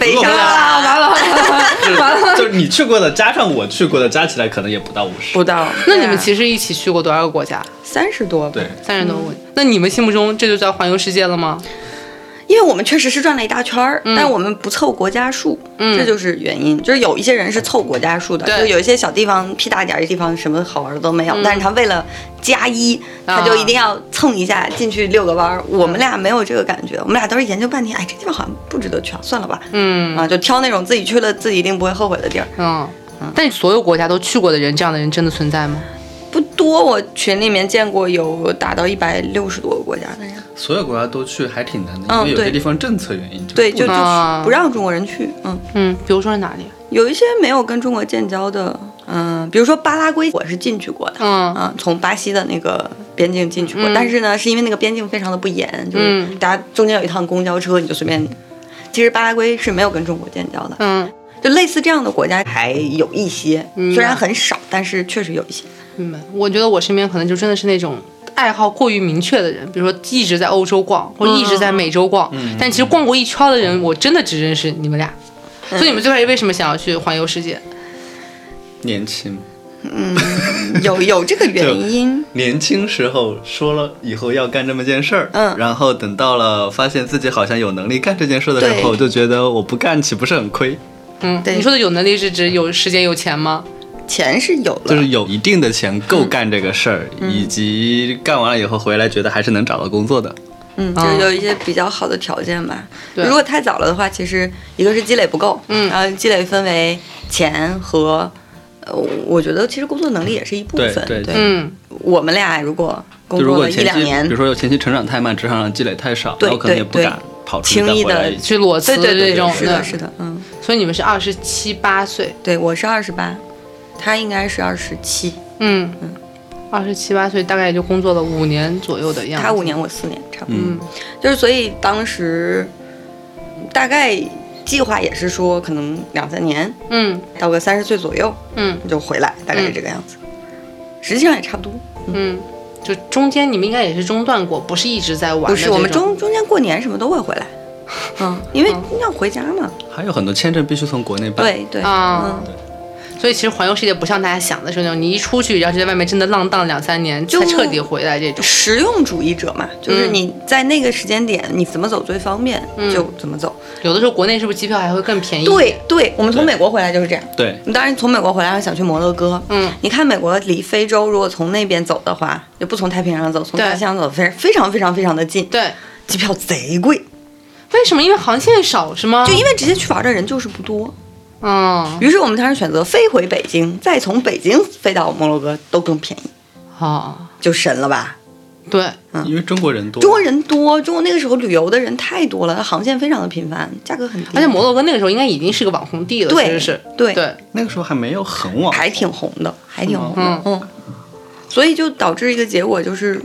Speaker 2: 悲 伤
Speaker 1: 啊，
Speaker 2: 了，
Speaker 1: 完了完了！
Speaker 3: 就是就是你去过的加上我去过的加起来，可能也不到五十。
Speaker 2: 不到。
Speaker 1: 那 你们其
Speaker 2: 实
Speaker 1: 实一起去过多少个国家？
Speaker 2: 三十多吧，
Speaker 3: 对，
Speaker 1: 三十多个国家。那你们心目中这就叫环游世界了吗？
Speaker 2: 因为我们确实是转了一大圈儿，但我们不凑国家数，
Speaker 1: 嗯
Speaker 2: 这就是原因。就是有一些人是凑国家数的，
Speaker 1: 对嗯
Speaker 2: 就有一些小地方屁大点儿的地方什么好玩的都没有，但是他为了加一，
Speaker 1: 啊嗯
Speaker 2: 他就一定要蹭一下进去遛个弯儿。我们俩没有这个感觉，我们俩都是研究半天，哎，这地方好像不值得去啊，算了吧，
Speaker 1: 嗯
Speaker 2: 啊，就挑那种自己去了自己一定不会后悔的地儿。
Speaker 1: 嗯。但所有国家都去过的人，这样的人真的存在吗？
Speaker 2: 不多，我群里面见过有达到一百六十多个国家的人，
Speaker 3: 所有国家都去还挺难的，
Speaker 2: 嗯
Speaker 3: 因为有些
Speaker 2: 对
Speaker 3: 地方政策原因。
Speaker 2: 对，就就
Speaker 1: 啊
Speaker 2: 是不让中国人去，嗯，
Speaker 1: 嗯，比如说是哪里？
Speaker 2: 有一些没有跟中国建交的，嗯，比如说巴拉圭，我是进去过的，
Speaker 1: 嗯
Speaker 2: 啊，从巴西的那个边境进去过，但是呢，是因为那个边境非常的不严，就是
Speaker 1: 嗯
Speaker 2: 大家中间有一趟公交车，你就随便。其实巴拉圭是没有跟中国建交的，
Speaker 1: 嗯，
Speaker 2: 就类似这样的国家还有一些，虽然很少，但是确实有一些。
Speaker 1: 明白。嗯我觉得我身边可能就真的是那种爱好过于明确的人，比如说一直在欧洲逛，或者一直在美洲逛，但其实逛过一圈的人，我真的只认识你们俩。所以你们最开始为什么想要去环游世界？
Speaker 3: 年轻，
Speaker 2: 有有这个原
Speaker 3: 就
Speaker 2: 因，
Speaker 3: 年轻时候说了以后要干这么件事儿，
Speaker 2: 嗯
Speaker 3: 然后等到了发现自己好像有能力干这件事的时候，
Speaker 2: 对
Speaker 3: 就觉得我不干岂不是很亏？
Speaker 1: 嗯，
Speaker 2: 对
Speaker 1: 你说的有能力是指有时间有钱吗？
Speaker 2: 钱是有了，
Speaker 3: 就是有一定的钱够干这个事儿，
Speaker 2: 嗯
Speaker 3: 以及干完了以后回来觉得还是能找到工作的。
Speaker 2: 嗯，就
Speaker 1: 嗯
Speaker 2: 是有一些比较好的条件吧。
Speaker 1: 对
Speaker 2: 如果太早了的话，其实一个是积累不够，
Speaker 1: 嗯
Speaker 2: 然后积累分为钱和，呃，我觉得其实工作能力也是一部分。
Speaker 3: 对对
Speaker 1: 嗯，
Speaker 2: 我们俩如果工
Speaker 3: 就如
Speaker 2: 作
Speaker 3: 果
Speaker 2: 了一
Speaker 3: 前
Speaker 2: 两
Speaker 3: 期，
Speaker 2: 年
Speaker 3: 比如，说有前期成长太慢，职场上积累太少，
Speaker 2: 对
Speaker 3: 然后可能
Speaker 2: 对
Speaker 3: 也不
Speaker 2: 对
Speaker 3: 敢跑出去
Speaker 2: 轻
Speaker 3: 再
Speaker 2: 易
Speaker 3: 回来
Speaker 2: 地
Speaker 3: 一次。
Speaker 1: 去裸辞
Speaker 2: 对对
Speaker 1: 这
Speaker 2: 对
Speaker 1: 种，
Speaker 2: 是的，是
Speaker 1: 的。
Speaker 2: 的，嗯，
Speaker 1: 所以你们是二十七八岁，
Speaker 2: 对我是二十八，他应该是二十七，
Speaker 1: 嗯二十七八岁大概也就工作了五年左右的样子。
Speaker 2: 他五年我四年，差不多。
Speaker 3: 嗯，
Speaker 2: 就是所以当时大概计划也是说，可能两三年
Speaker 1: 嗯
Speaker 2: 到个三十岁左右，
Speaker 1: 嗯
Speaker 2: 就回来，大概是这个样子。实际嗯上也差不多，
Speaker 1: 嗯，就中间你们应该也是中断过，不是一直在玩的
Speaker 2: 不
Speaker 1: 这
Speaker 2: 是
Speaker 1: 种。
Speaker 2: 我们中中间过年什么都会回来，嗯，因为要回家嘛。
Speaker 3: 还有很多签证必须从国内办。
Speaker 2: 对对，
Speaker 1: 啊
Speaker 2: 嗯，
Speaker 1: 所以其实环游世界不像大家想的是那种你一出去，然后就在外面真的浪荡两三年才
Speaker 2: 就
Speaker 1: 彻底回来这种。
Speaker 2: 实用主义者嘛，就是
Speaker 1: 嗯
Speaker 2: 你在那个时间点你怎么走最方便就怎么走。
Speaker 1: 有的时候国内是不是机票还会更便宜？
Speaker 2: 对，对，我们从
Speaker 3: 对
Speaker 2: 美国回来就是这样。
Speaker 3: 对
Speaker 2: 你当然从美国回来，想去摩洛哥。
Speaker 1: 嗯，
Speaker 2: 你看美国离非洲，如果从那边走的话，就不从太平洋走，从
Speaker 1: 对
Speaker 2: 大西洋走，非非常非常非常的近。，
Speaker 1: 对，
Speaker 2: 机票贼贵，
Speaker 1: 为什么？因为航线少是吗？
Speaker 2: 就因为直接去玩的人就是不多。
Speaker 1: 嗯，
Speaker 2: 于是我们当时选择飞回北京，再从北京飞到摩洛哥都更便宜，
Speaker 1: 好，
Speaker 2: 就神了吧？
Speaker 1: 对，
Speaker 3: 因为中国人多。
Speaker 2: 嗯中国人多，中国那个时候旅游的人太多了，航线非常的频繁，价格很低，
Speaker 1: 而且摩洛哥那个时候应该已经是个网红地了，其
Speaker 2: 对
Speaker 1: 实是
Speaker 2: 对
Speaker 1: 对，
Speaker 3: 那个时候还没有很网，
Speaker 2: 还挺红的，还挺红
Speaker 1: 嗯
Speaker 2: 的，嗯，所以就导致一个结果就是，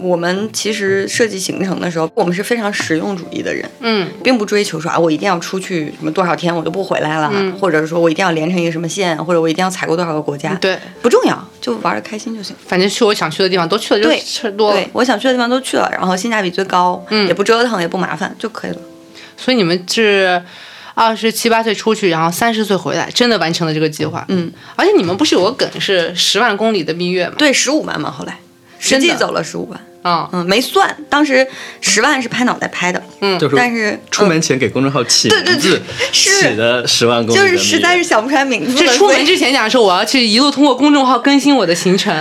Speaker 2: 我们其实设计行程的时候，我们是非常实用主义的人，
Speaker 1: 嗯
Speaker 2: 并不追求说啊，我一定要出去什么多少天我就不回来了，
Speaker 1: 嗯
Speaker 2: 或者是说我一定要连成一个什么线，或者我一定要踩过多少个国家，，
Speaker 1: 对，
Speaker 2: 不重要，就玩的开心就行。
Speaker 1: 反正去我想去的地方都去了，就
Speaker 2: 对
Speaker 1: 吃多了
Speaker 2: 对。，我想去的地方都去了，然后性价比最高，
Speaker 1: 嗯
Speaker 2: 也不折腾，也不麻烦，就可以了。
Speaker 1: 所以你们是二十七八岁出去，然后三十岁回来，真的完成了这个计划。
Speaker 2: 嗯，
Speaker 1: 而且你们不是有个梗是十万公里的蜜月吗？
Speaker 2: 对，十五万嘛，后来实
Speaker 1: 真的
Speaker 2: 际走了十五万，
Speaker 1: 啊、
Speaker 2: 嗯，没算，当时十万是拍脑袋拍的，
Speaker 1: 嗯
Speaker 3: 就是
Speaker 2: 但是
Speaker 3: 出门前给公众号起
Speaker 2: 对对
Speaker 3: 名字，
Speaker 2: 是
Speaker 3: 起的十万公里
Speaker 2: 嗯就
Speaker 3: 的蜜月，
Speaker 2: 是实在是想不出来名字了，
Speaker 1: 是出
Speaker 2: 所
Speaker 1: 门
Speaker 2: 以
Speaker 1: 之前讲说我要去一路通过公众号更新我的行程，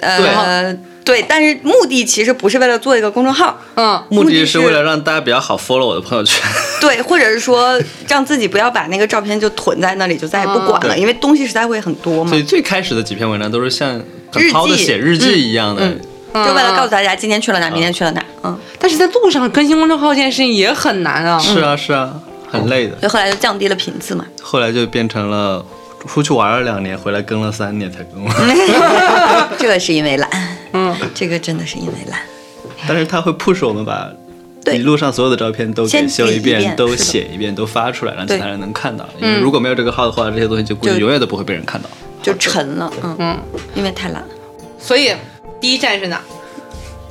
Speaker 2: 呃对，但是目的其实不是为了做一个公众号，
Speaker 1: 嗯，
Speaker 3: 目
Speaker 2: 目
Speaker 3: 的
Speaker 2: 的
Speaker 3: 是
Speaker 2: 是
Speaker 3: 为了让大家比较好 follow 我的朋友 圈。
Speaker 2: 对，或者是说让自己不要把那个照片就囤在那里，就再也不管
Speaker 3: 嗯
Speaker 2: 了，
Speaker 3: 对
Speaker 2: 因为东西实在会很多嘛
Speaker 3: 所以，最开始的几篇文章都是像很
Speaker 2: 日
Speaker 3: 抛的
Speaker 2: 记
Speaker 3: 写日记一样的，
Speaker 2: 嗯就为了告诉大家今天去了哪，明天去了哪，嗯，
Speaker 1: 但是在路上更新公众号这件事情也很难啊。
Speaker 3: 是啊是啊，很累的。
Speaker 2: 所以后来就降低了频次嘛，
Speaker 3: 后来就变成了出去玩了两年，回来更了三年才更 完。
Speaker 2: 这个是因为懒，
Speaker 1: 嗯，
Speaker 2: 这个真的是因为懒，
Speaker 3: 但是他会 push 我们把一
Speaker 2: 对
Speaker 3: 路上所有的照片都给
Speaker 2: 先
Speaker 3: 修一遍，
Speaker 2: 理一遍
Speaker 3: 都
Speaker 2: 是的
Speaker 3: 写一遍，都发出来，让其
Speaker 2: 对
Speaker 3: 他人能看到。因为如果没有这个号的话，这些东嗯西就估计
Speaker 2: 就
Speaker 3: 永远都不会被人看到。
Speaker 2: 就沉了，嗯
Speaker 1: 嗯，
Speaker 2: 因为太懒了。
Speaker 1: 所以第一站是哪？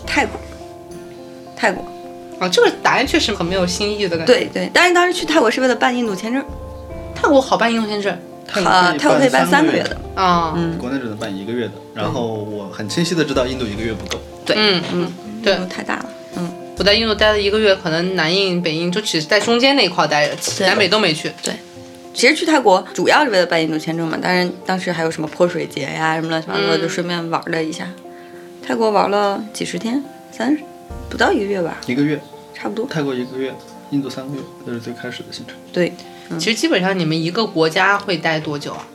Speaker 2: 泰国，泰国，
Speaker 1: 啊，这个答案确实很没有新意的感觉。，
Speaker 2: 对对，但是当时去泰国是为了办印度签证，
Speaker 1: 泰国好办移动签证
Speaker 2: 呃，泰国可以办三个月的，，
Speaker 1: 啊，
Speaker 2: 嗯
Speaker 3: 国内只能办一个月的。然后我很清晰的知道印度一个月不够。
Speaker 2: 对，
Speaker 1: 嗯
Speaker 2: 嗯，
Speaker 1: 对
Speaker 2: 印度太大了，嗯，
Speaker 1: 我在印度待了一个月，可能南印、北印就只在中间那一块待着，
Speaker 2: 对
Speaker 1: 南北都没去。
Speaker 2: 对。其实去泰国主要是为了办印度签证嘛，当然当时还有什么泼水节呀、什么乱七八糟的，
Speaker 1: 嗯
Speaker 2: 就顺便玩了一下。泰国玩了几十天，三十不到一个月吧，
Speaker 3: 一个月，
Speaker 2: 差不多。
Speaker 3: 泰国一个月，印度三个月，这是最开始的行程。
Speaker 2: 对，
Speaker 1: 其实基本上你们一个国家会待多久啊？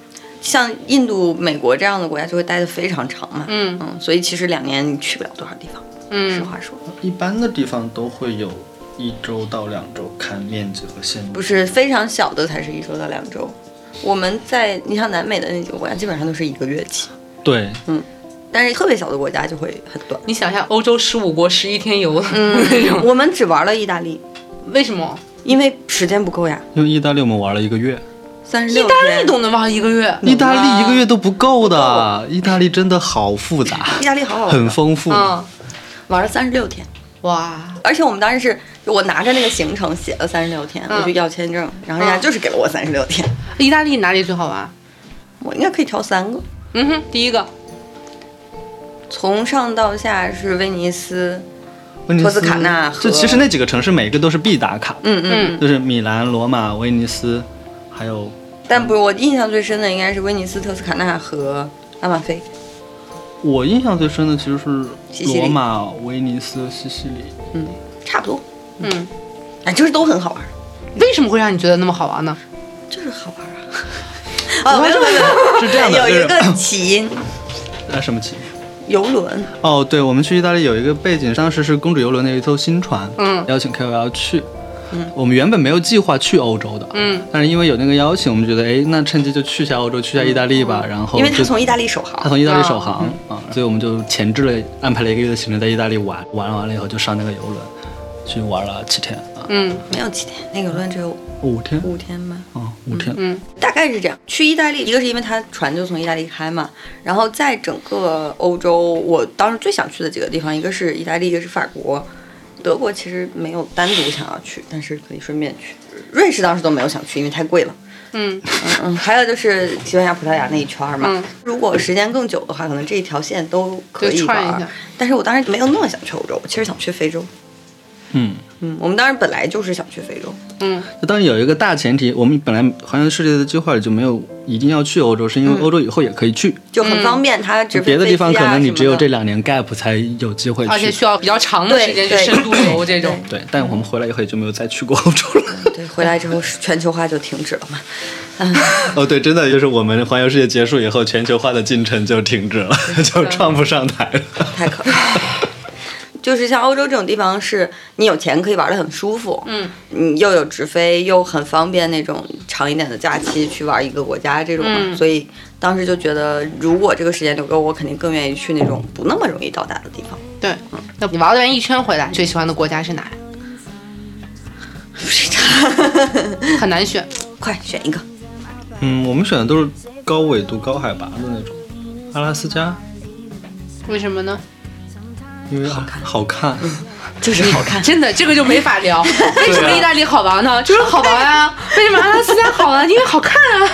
Speaker 2: 像印度、美国这样的国家就会待得非常长嘛，
Speaker 1: 嗯
Speaker 2: 嗯，所以其实两年你去不了多少地方。实
Speaker 1: 嗯，
Speaker 2: 话说，
Speaker 3: 一般的地方都会有一周到两周，看面积和线路。
Speaker 2: 不是非常小的才是一周到两周。我们在你像南美的那几个国家，基本上都是一个月起，
Speaker 3: 对，
Speaker 2: 但是特别小的国家就会很短。
Speaker 1: 你想一下，欧洲十五国十一天游，
Speaker 2: 嗯， 我们只玩了意大利，
Speaker 1: 为什么？
Speaker 2: 因为时间不够呀，
Speaker 3: 因为意大利我们玩了一个月，
Speaker 2: 三
Speaker 1: 意
Speaker 2: 十六
Speaker 1: 大利
Speaker 2: 天。
Speaker 1: 都能玩一个月，
Speaker 2: 啊
Speaker 3: 意大利一个月都不够的，意大利真的好复杂
Speaker 2: 意，大利好好玩，
Speaker 3: 很丰富。
Speaker 1: 嗯，
Speaker 2: 玩了三十六天，
Speaker 1: 哇，
Speaker 2: 而且我们当时是我拿着那个行程写了三十六天，
Speaker 1: 嗯
Speaker 2: 我就要签证，然后人家
Speaker 1: 嗯
Speaker 2: 就是给了我三十六天，
Speaker 1: 意大利哪里最好玩？
Speaker 2: 我应该可以挑三个，
Speaker 1: 嗯哼，第一个，
Speaker 2: 从上到下是威尼斯，
Speaker 3: 威尼斯
Speaker 2: 托斯卡纳和
Speaker 3: 就其实那几个城市每个都是必打卡，
Speaker 2: 嗯嗯，
Speaker 1: 嗯
Speaker 3: 就是米兰、罗马、威尼斯，还有
Speaker 2: 但不是我印象最深的应该是威尼斯、特斯卡纳和阿马菲，
Speaker 3: 我印象最深的其实是
Speaker 2: 西西里
Speaker 3: 罗马、威尼斯、西西 里。
Speaker 2: 嗯，差不多，
Speaker 1: 嗯，
Speaker 2: 哎，就是都很好玩，
Speaker 1: 为什么会让你觉得那么好玩呢？
Speaker 2: 就是好玩啊。 哦，没有没有没有，
Speaker 3: 是这样的
Speaker 2: 有
Speaker 3: 就是
Speaker 2: 一个起因，
Speaker 3: 呃，什么情？
Speaker 2: 游轮，
Speaker 3: 哦，对，我们去意大利有一个背景，当时是公主游轮的一艘新船，
Speaker 1: 嗯
Speaker 3: 邀请 KOL 去。我们原本没有计划去欧洲的，
Speaker 1: 嗯，
Speaker 3: 但是因为有那个邀请，我们觉得，哎，那趁机就去一下欧洲，去一下意大利吧。然后
Speaker 2: 因为他
Speaker 3: 就
Speaker 2: 从意大利首航
Speaker 3: 他，从意大利首航、啊，所以我们就前置了安排了一个月的行程，在意大利玩，玩完了以后就上那个游轮去玩了七天啊，
Speaker 1: 嗯
Speaker 2: 没有几天，那个游轮只有
Speaker 3: 五天
Speaker 2: 五天吧。
Speaker 3: 啊，五天。
Speaker 1: 嗯
Speaker 2: 大概是这样。去意大利，一个是因为它船就从意大利开嘛，然后在整个欧洲，我当时最想去的几个地方，一个是意大利，一个是法国，德国其实没有单独想要去，但是可以顺便去。瑞士当时都没有想去，因为太贵了。
Speaker 1: 嗯
Speaker 2: 嗯嗯，还有就是西班牙、葡萄牙那一圈儿嘛。
Speaker 1: 嗯
Speaker 2: 如果时间更久的话，可能这一条线都可
Speaker 1: 就
Speaker 2: 以
Speaker 1: 串一
Speaker 2: 玩
Speaker 1: 下
Speaker 2: 儿。但是我当时没有那么想去欧洲，我其实想去非洲。
Speaker 3: 嗯，
Speaker 2: 嗯，我们当时本来就是想去非洲。
Speaker 1: 嗯，
Speaker 3: 那当然有一个大前提，我们本来环游世界的计划里就没有一定要去欧洲，是因为欧洲以后也可以去，
Speaker 2: 就
Speaker 1: 嗯
Speaker 2: 很方便，它直飞
Speaker 3: 别的地方
Speaker 2: 飞
Speaker 3: 可
Speaker 2: 机啊
Speaker 3: 能你
Speaker 2: 什么
Speaker 3: 只有
Speaker 2: 的
Speaker 3: 这两年 gap 才有机会
Speaker 1: 而且
Speaker 3: 去。
Speaker 1: 需要比较长的时间去
Speaker 2: 对对
Speaker 1: 深度游这种。
Speaker 3: 对，但我们回来以后也就没有再去过欧洲了。
Speaker 2: 对，回来之后是全球化就停止了嘛。
Speaker 3: 哦，对，真的就是我们环游世界结束以后，全球化的进程就停止了，就创不上台了。
Speaker 2: 太可怕了。就是像欧洲这种地方，是你有钱可以玩的很舒服，
Speaker 1: 嗯，
Speaker 2: 你又有直飞，又很方便那种长一点的假期去玩一个国家这种嘛。
Speaker 1: 嗯
Speaker 2: 所以当时就觉得，如果这个时间留给我，我肯定更愿意去那种不那么容易到达的地方。
Speaker 1: 对，那你玩完一圈回来，最喜欢的国家是哪？很难选。
Speaker 2: 快选一个，
Speaker 3: 嗯，我们选的都是高纬度、高海拔的那种，阿拉斯加，
Speaker 1: 为什么呢？
Speaker 3: 因为好看，好看。
Speaker 2: 嗯就是好 看。
Speaker 1: 真的，这个就没法 聊。为什么意大利好玩呢？就是好玩啊。为什么阿拉斯加好玩？因为好看啊。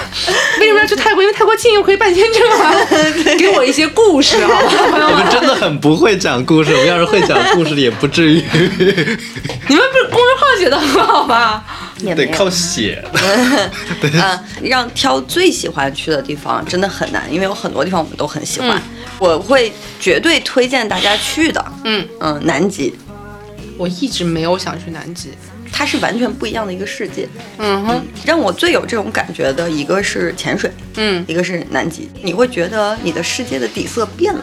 Speaker 1: 为什么要去泰国？因为泰国近又可以办签证 啊。给我一些故事，好吧，朋友
Speaker 3: 我
Speaker 1: 们。
Speaker 3: 们真的很哎不会讲故事，我们要是会讲故事也不至于
Speaker 1: 你们不是公众号写的很好吧？
Speaker 2: 也没
Speaker 3: 得
Speaker 2: 有
Speaker 3: 靠 写。
Speaker 2: 嗯，让挑最喜欢去的地方真的很难，因为有很多地方我们都很喜欢。
Speaker 1: 嗯
Speaker 2: 我会绝对推荐大家去的，
Speaker 1: 嗯，
Speaker 2: 嗯，南极，
Speaker 1: 我一直没有想去南极。
Speaker 2: 它是完全不一样的一个世界。
Speaker 1: 嗯哼，
Speaker 2: 让我最有这种感觉的一个是潜水，
Speaker 1: 嗯
Speaker 2: 一个是南极，你会觉得你的世界的底色变了，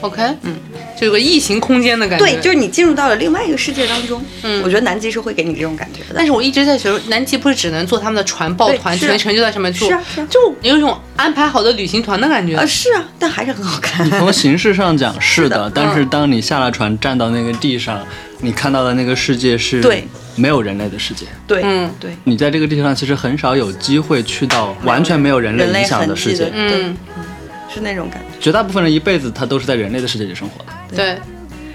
Speaker 1: ，OK，嗯，就有个异形空间的感觉。
Speaker 2: 对，就是你进入到了另外一个世界当中。
Speaker 1: 嗯
Speaker 2: 我觉得南极是会给你这种感觉的。
Speaker 1: 但是我一直在学，南极不是只能坐他们的船抱团，
Speaker 2: 对是啊
Speaker 1: 全程就在上面坐，
Speaker 2: 是啊是啊
Speaker 1: 就有一种安排好的旅行团的感觉。
Speaker 2: 啊，是啊，但还是很好看。
Speaker 1: 嗯
Speaker 3: 从形式上 讲是
Speaker 2: 的嗯
Speaker 3: 的，但是当你下了船，站到那个地上，你看到的那个世界是
Speaker 2: 对
Speaker 3: 没有人类的世界。
Speaker 2: 对，
Speaker 1: 嗯
Speaker 2: 对，
Speaker 3: 你在这个地球上其实很少有机会去到完全没有人类
Speaker 2: 人类
Speaker 3: 影响
Speaker 2: 痕
Speaker 3: 的世
Speaker 2: 迹的
Speaker 3: 界，
Speaker 1: 嗯，
Speaker 2: 是那种感觉。
Speaker 3: 绝大部分人一辈子他都是在人类的世界里生活的。
Speaker 1: 对，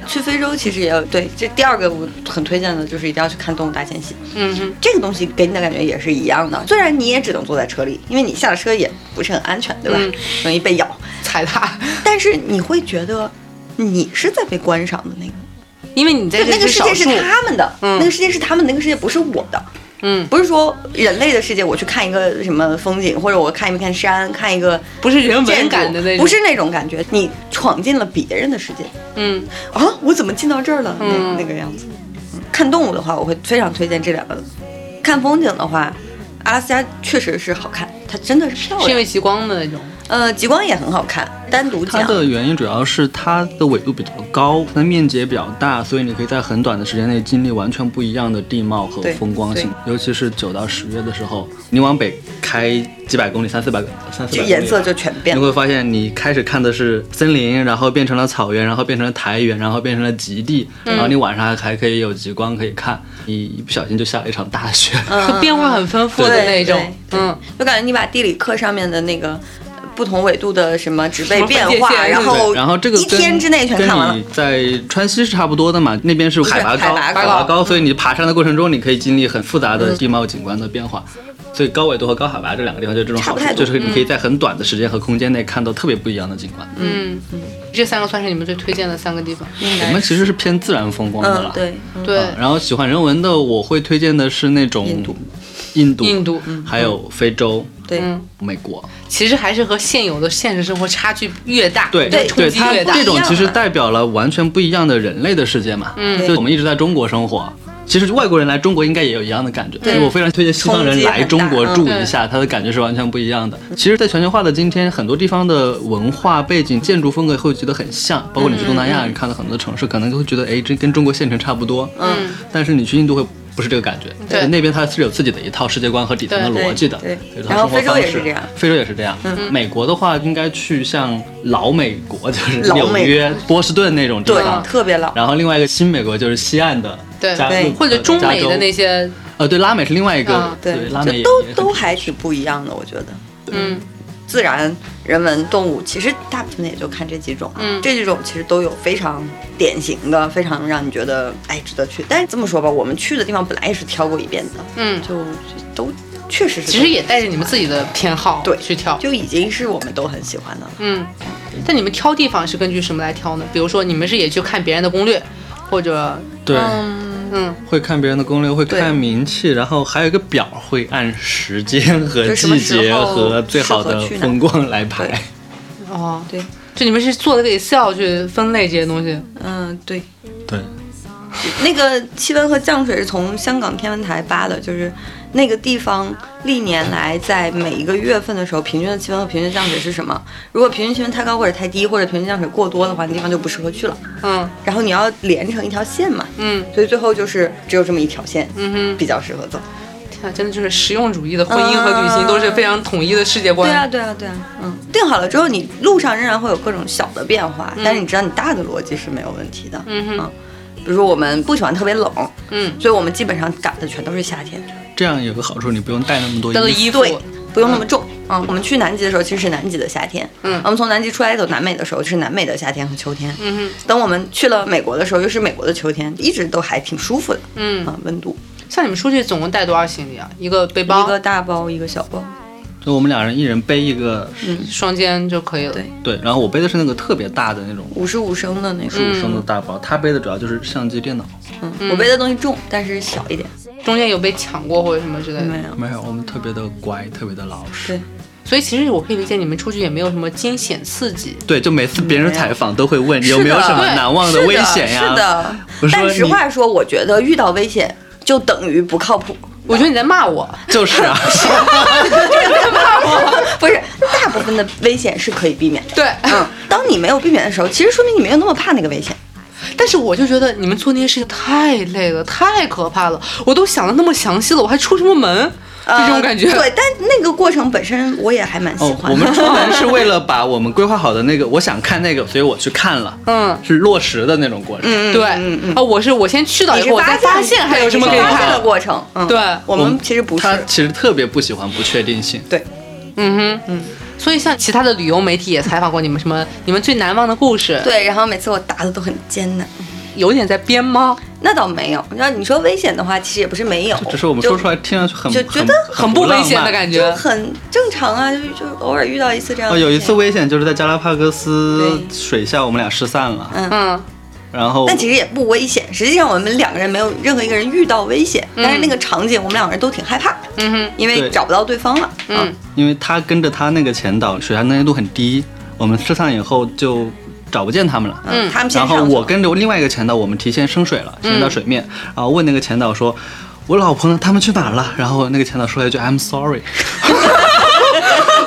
Speaker 2: 去非洲其实也有对，这第二个我很推荐的就是一定要去看《动物大迁徙》，
Speaker 1: 嗯哼，
Speaker 2: 这个东西给你的感觉也是一样的。虽然你也只能坐在车里，因为你下了车也不是很安全，对吧？
Speaker 1: 嗯
Speaker 2: 容易被咬，
Speaker 1: 踩踏，
Speaker 2: 但是你会觉得你是在被观赏的那个。
Speaker 1: 因为你在
Speaker 2: 就
Speaker 1: 这
Speaker 2: 那个
Speaker 1: 是
Speaker 2: 世
Speaker 1: 少
Speaker 2: 界是
Speaker 1: 数。
Speaker 2: 他们的，
Speaker 1: 嗯
Speaker 2: 那个世界是他们，那个世界不是我的。
Speaker 1: 嗯，
Speaker 2: 不是说人类的世界，我去看一个什么风景，或者我看一片山，看一个
Speaker 1: 不是人
Speaker 2: 建
Speaker 1: 文
Speaker 2: 筑
Speaker 1: 感的那种。
Speaker 2: 不是那种感觉。你闯进了别人的世界
Speaker 1: 嗯，
Speaker 2: 啊！我怎么进到这儿了？那、
Speaker 1: 嗯
Speaker 2: 那个样子。嗯看动物的话，我会非常推荐这两个。看风景的话，阿拉斯加确实是好看，它真的是漂
Speaker 1: 是因
Speaker 2: 亮。
Speaker 1: 为极光的那种。
Speaker 2: 呃，极光也很好看，单独
Speaker 3: 它
Speaker 2: 讲。
Speaker 3: 的原因主要是它的纬度比较高，那面积也比较大，所以你可以在很短的时间内经历完全不一样的地貌和
Speaker 2: 对
Speaker 3: 风光性。尤其是九到十月的时候，你往北开几百公里，三四百三四百
Speaker 2: 就
Speaker 3: 公里
Speaker 2: 颜色
Speaker 3: 吧
Speaker 2: 就全变
Speaker 3: 你
Speaker 2: 了，
Speaker 3: 会发现，你开始看的是森林，然后变成了草原，然后变成了苔原，然后变成了极地，然
Speaker 2: 嗯
Speaker 3: 后你晚上还还可以有极光可以看。你一不小心就下了一场大 雪。
Speaker 1: 就 变化很丰富的
Speaker 2: 嗯对
Speaker 1: 那
Speaker 2: 对
Speaker 1: 种，
Speaker 2: 对
Speaker 1: 嗯，
Speaker 2: 就感觉你把地理课上面的那个呃不同纬度的什么植
Speaker 1: 什
Speaker 2: 被
Speaker 1: 么分
Speaker 2: 变
Speaker 1: 界
Speaker 2: 化，
Speaker 1: 线
Speaker 2: 然
Speaker 1: 对
Speaker 2: 后
Speaker 3: 然后这个
Speaker 2: 一
Speaker 3: 跟
Speaker 2: 天之内全看完了
Speaker 3: 跟你。在川西是差不多的嘛，那边是海拔
Speaker 2: 不是海
Speaker 3: 高，
Speaker 2: 拔高嗯
Speaker 3: 海拔高，所以你爬山的过程中，你可以经历很复杂的地貌景观的变化。所以高纬度和高海拔这两个地方就是这种好
Speaker 2: 差不太
Speaker 3: 处，
Speaker 2: 多嗯
Speaker 3: 就是你可以在很短的时间和空间内看到特别不一样的景观。
Speaker 1: 嗯，这三个算是你们最推荐的三个地方。
Speaker 2: 应
Speaker 3: 我
Speaker 2: 该
Speaker 3: 们其实是偏自然风光的
Speaker 2: 嗯
Speaker 3: 啦，
Speaker 2: 对，
Speaker 1: 对，
Speaker 3: 啊然后喜欢人文的，我会推荐的是那种
Speaker 2: 印度、
Speaker 3: 印度、
Speaker 1: 印度
Speaker 3: 还有非洲、
Speaker 2: 对
Speaker 1: 嗯，
Speaker 3: 美国。
Speaker 1: 其实还是和现有的现实生活差距越大，
Speaker 3: 对
Speaker 1: 就
Speaker 2: 对
Speaker 1: 冲
Speaker 3: 对，
Speaker 1: 击
Speaker 3: 它
Speaker 1: 越大。
Speaker 3: 这种其
Speaker 2: 不一
Speaker 3: 实
Speaker 2: 样啊
Speaker 3: 代表了完全不一样的人类的世界嘛。
Speaker 1: 嗯
Speaker 3: 就我们一直在中国生活。其实外国人来中国应该也有一样的感觉，所以我非常推荐西方人来中国
Speaker 2: 冲击很
Speaker 3: 住
Speaker 1: 大
Speaker 3: 一下，他的感觉是完全不一样的。其实，在全球化的今天，很多地方的文化背景、建筑风格会觉得很像，包括你去东南亚，你看到很多城市，可能会觉得，哎，这跟中国县城差不多。
Speaker 1: 嗯，
Speaker 3: 但是你去印度会不是这个感觉，
Speaker 1: 对
Speaker 3: 那边它是有自己的一套世界观和底层的
Speaker 1: 对
Speaker 3: 逻辑的，
Speaker 2: 对对
Speaker 3: 有一
Speaker 2: 然
Speaker 3: 套生
Speaker 2: 后
Speaker 3: 活
Speaker 2: 非洲
Speaker 3: 方
Speaker 2: 也是
Speaker 3: 式
Speaker 2: 这样
Speaker 3: 非洲也是这样。
Speaker 2: 嗯
Speaker 3: 美国的话，应该去像老美国，就是
Speaker 2: 老
Speaker 3: 纽
Speaker 2: 美
Speaker 3: 约、波士顿那种地
Speaker 2: 对
Speaker 3: 方，。
Speaker 2: 特别老。
Speaker 3: 然后另外一个新美国就是西岸的
Speaker 1: 对
Speaker 3: 加呃
Speaker 2: 对
Speaker 1: 或者中美的那
Speaker 3: 些，
Speaker 1: 些，
Speaker 3: 呃，对，拉美是另外一个
Speaker 1: 啊，
Speaker 3: 拉美
Speaker 2: 就
Speaker 3: 也
Speaker 2: 都
Speaker 3: 也很
Speaker 2: 都还挺不一样的，我觉得。
Speaker 1: 嗯，
Speaker 2: 自然、人文、动物，其实大部分也就看这几种。啊
Speaker 1: 嗯
Speaker 2: 这几种其实都有非常典型的，非常让你觉得哎值得去。但是这么说吧，我们去的地方本来也是挑过一遍的，
Speaker 1: 嗯，
Speaker 2: 就都确实是都，
Speaker 1: 其实也带着你们自己的偏好
Speaker 2: 对
Speaker 1: 去挑。
Speaker 2: 就已经是我们都很喜欢的了。
Speaker 1: 嗯，但你们挑地方是根据什么来挑呢？比如说你们是也去看别人的攻略，或者
Speaker 3: 对，
Speaker 1: 嗯，
Speaker 3: 会看别人的攻略，会
Speaker 2: 对
Speaker 3: 看名气，然后还有一个表会按时间和
Speaker 2: 就什么
Speaker 3: 季
Speaker 2: 时
Speaker 3: 节
Speaker 2: 候
Speaker 3: 和最好
Speaker 2: 适
Speaker 3: 的
Speaker 2: 合去哪
Speaker 3: 风光来排
Speaker 2: 对。
Speaker 1: 哦，
Speaker 2: 对，
Speaker 1: 就你们是做了个 Excel 去分类这些东西。
Speaker 2: 嗯、对。
Speaker 3: 对，
Speaker 2: 那个气温和降水是从香港天文台扒的，就是那个地方历年来在每一个月份的时候，平均的气温和平均降水是什么？如果平均气温太高或者太低，或者平均降水过多的话，那地方就不适合去了。
Speaker 1: 嗯
Speaker 2: 然后你要连成一条线嘛，
Speaker 1: 嗯
Speaker 2: 所以最后就是只有这么一条线，
Speaker 1: 嗯哼，
Speaker 2: 比较适合走。
Speaker 1: 天啊，真的就是实用主义的婚姻和旅行
Speaker 2: 嗯
Speaker 1: 都是非常统一的世界观。
Speaker 2: 对啊，对啊，对啊，嗯，定好了之后，你路上仍然会有各种小的变化，但是你知道你大的逻辑是没有问题的。
Speaker 1: 嗯哼
Speaker 2: 比如说我们不喜欢特别冷，
Speaker 1: 嗯，
Speaker 2: 所以我们基本上赶的全都是夏天。
Speaker 3: 这样有个好处，你不用带那么多
Speaker 1: 带个
Speaker 3: 衣服。
Speaker 1: 衣服
Speaker 2: 对，不用那么重。嗯，我们去南极的时候其实是南极的夏天，
Speaker 1: 嗯
Speaker 2: 我们从南极出来走南美的时候就是南美的夏天和秋天，
Speaker 1: 嗯哼，
Speaker 2: 等我们去了美国的时候又是美国的秋天，一直都还挺舒服的。
Speaker 1: 嗯，
Speaker 2: 啊，温度
Speaker 1: 像你们出去总共带多少行李啊？一个背
Speaker 2: 一
Speaker 1: 包，
Speaker 2: 个大包一个小包，
Speaker 3: 就我们俩人一人背一个，
Speaker 1: 双肩就可以了。
Speaker 2: 对
Speaker 3: 对，然后我背的是那个特别大的那种
Speaker 2: 五十五升的那
Speaker 3: 十
Speaker 2: 种。
Speaker 3: 五升的大包，他背的主要就是相机、电脑。
Speaker 2: 嗯，我背的东西重，但是小一点。
Speaker 1: 中间有被抢过或者什么之类的。
Speaker 2: 没有，
Speaker 3: 没有，我们特别的乖，特别的老实
Speaker 2: 对。
Speaker 1: 所以其实我可以理解你们出去也没有什么惊险刺激。
Speaker 3: 对，就每次别人
Speaker 2: 没有
Speaker 3: 采访都会问有没有
Speaker 2: 是的
Speaker 3: 什么
Speaker 1: 对
Speaker 3: 难忘
Speaker 2: 是
Speaker 3: 危险呀？
Speaker 2: 是的
Speaker 3: 我，说
Speaker 2: 但实
Speaker 3: 你
Speaker 2: 话说，我觉得遇到危险就等于不靠谱。
Speaker 1: 我觉得你在骂我。
Speaker 3: 就是啊，
Speaker 2: 不是，大部分的危险是可以避免 的。
Speaker 1: 对，
Speaker 2: 嗯，当你没有避免的时候，其实说明你没有那么怕那个危险。
Speaker 1: 但是我就觉得你们做那些事情太累了，太可怕了。我都想的那么详细了，我还出什么门？就这种感觉。
Speaker 2: 呃对，但那个过程本身我也还蛮喜
Speaker 3: 哦，
Speaker 2: 欢
Speaker 3: 我
Speaker 2: 的。
Speaker 3: 们出门是为了把我们规划好的那个，我想看那个，所以我去看了，
Speaker 1: 嗯，
Speaker 3: 是落实的那种过程。
Speaker 2: 嗯
Speaker 1: 对，
Speaker 2: 嗯嗯
Speaker 1: 啊，我是我先去到
Speaker 2: 你
Speaker 1: 以
Speaker 2: 是
Speaker 1: 后，我再发现还有什么可以
Speaker 2: 对你是发现
Speaker 1: 看
Speaker 2: 的。过程。嗯，
Speaker 1: 对
Speaker 2: 我们其实不是
Speaker 3: 他。其实特别不喜欢不确定性。
Speaker 2: 对，
Speaker 1: 嗯哼，嗯。所以像其他的旅游媒体也采访过你们，什么你们最难忘的故事，
Speaker 2: 对，然后每次我答的都很艰难。
Speaker 1: 有点在编吗？
Speaker 2: 那倒没有，那你说危险的话，其实也不是没有，
Speaker 3: 只是我们
Speaker 2: 就
Speaker 3: 说出来听上去很
Speaker 2: 就觉得
Speaker 3: 很
Speaker 1: 很不危险的
Speaker 3: 觉。
Speaker 1: 感
Speaker 2: 就
Speaker 1: 觉。
Speaker 2: 很正常啊，就就偶尔遇到一次这样
Speaker 3: 哦，
Speaker 2: 的。
Speaker 3: 有一次，危险就是在加拉帕戈斯
Speaker 2: 对
Speaker 3: 水下，我们俩失散了，
Speaker 2: 嗯，
Speaker 1: 嗯，
Speaker 3: 然后
Speaker 2: 但其实也不危险。实际上我们两个人没有任何一个人遇到危险，但是那个场景我们两个人都挺害怕，
Speaker 1: 嗯哼，
Speaker 2: 因为
Speaker 3: 对
Speaker 2: 找不到对方了。啊
Speaker 1: 嗯，
Speaker 3: 因为他跟着他那个前导，水下能见度很低，我们失散以后就找不见他们了。
Speaker 1: 嗯
Speaker 2: 他们先
Speaker 3: 然
Speaker 2: 上嗯
Speaker 3: 后
Speaker 2: 去
Speaker 3: 我
Speaker 2: 了
Speaker 3: 跟着另外一个前导，我们提前升水了，先到水面，然后问那个前导说：“我老婆呢？他们去哪儿了？”然后那个前导说了一句：“I'm sorry。”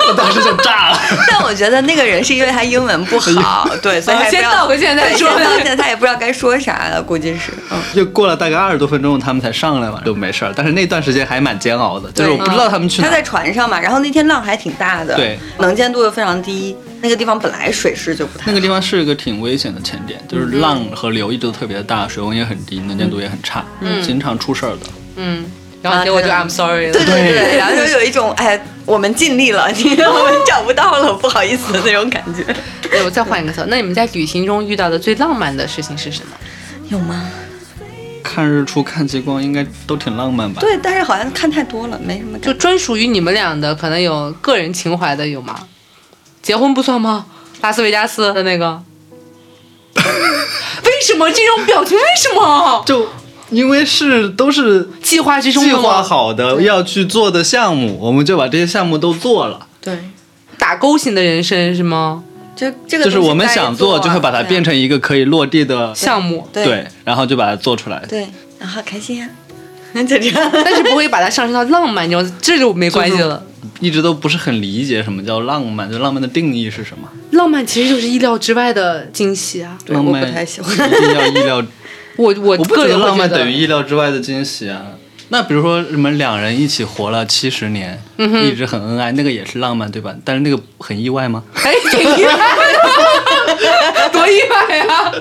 Speaker 3: 我当时就炸了。
Speaker 2: 但我觉得那个人是因为他英文不好，对，所以
Speaker 1: 啊
Speaker 2: 他也不
Speaker 1: 先
Speaker 2: 知道
Speaker 1: 倒回现在
Speaker 2: 对
Speaker 1: 说
Speaker 2: 哦先道歉，他也不知道该说啥了，估计是，嗯，
Speaker 3: 就过了大概二十多分钟，他们才上来嘛，就没事儿。但是那段时间还蛮煎熬的，就是我
Speaker 2: 对
Speaker 3: 不知道他们去哪
Speaker 2: 他
Speaker 3: 儿。
Speaker 2: 在船上嘛，然后那天浪还挺大的，
Speaker 3: 对，
Speaker 2: 能见度又非常低，那个地方本来水势就不太
Speaker 3: 那个地方是一个挺危险的潜点，就是浪和流一直都特别大，水温也很低，能见度也很差，经常出事儿的。
Speaker 1: 嗯，然后结果就
Speaker 2: 啊
Speaker 1: I'm sorry 了。
Speaker 2: 对对对，
Speaker 3: 对
Speaker 2: 然后就有一种哎，我们尽力了，你我们找不到了，不好意思的那种感觉，
Speaker 1: 对，我再换一个词。那你们在旅行中遇到的最浪漫的事情是什么？
Speaker 2: 有吗？
Speaker 3: 看日出、看极光，应该都挺浪漫吧？
Speaker 2: 对，但是好像看太多了，没什么感
Speaker 1: 就
Speaker 2: 觉。
Speaker 1: 专属于你们俩的，可能有个人情怀的有吗？结婚不算吗？拉斯维加斯的那 个？为什么这种表情？为什么？
Speaker 3: 就因为是都是
Speaker 1: 计划之中
Speaker 3: 计
Speaker 1: 的
Speaker 3: 划
Speaker 1: 吗？
Speaker 3: 好的要去做的项目，我们就把这些项目都做了。
Speaker 2: 对，
Speaker 1: 打勾型的人生是吗？
Speaker 2: 就这个
Speaker 3: 就是我们想
Speaker 2: 做，
Speaker 3: 做，就会把它变
Speaker 2: 成
Speaker 3: 成一个可以落地的
Speaker 1: 项目，
Speaker 2: 对
Speaker 3: 对，然后就把它做出来。
Speaker 2: 对，然后开心呀，啊 就这样。
Speaker 1: 但是不会把它上升到浪漫，你知道，这就没关系了。
Speaker 3: 一直都不是很理解什么叫浪漫，就浪漫的定义是什么？
Speaker 1: 浪漫其实就是意料之外的惊喜啊！
Speaker 2: 对
Speaker 3: 浪漫
Speaker 2: 我不太喜欢
Speaker 3: 一定要意料，
Speaker 1: 我我
Speaker 3: 我不
Speaker 1: 个
Speaker 3: 觉
Speaker 1: 人
Speaker 3: 得
Speaker 1: 会
Speaker 3: 浪漫
Speaker 1: 觉得
Speaker 3: 等于意料之外的惊喜啊。那比如说你们两人一起活了七十年，
Speaker 1: 嗯
Speaker 3: 一直很恩爱，那个也是浪漫对吧？但是那个很意外吗？
Speaker 1: 哎，挺意外的， 多意外啊呀、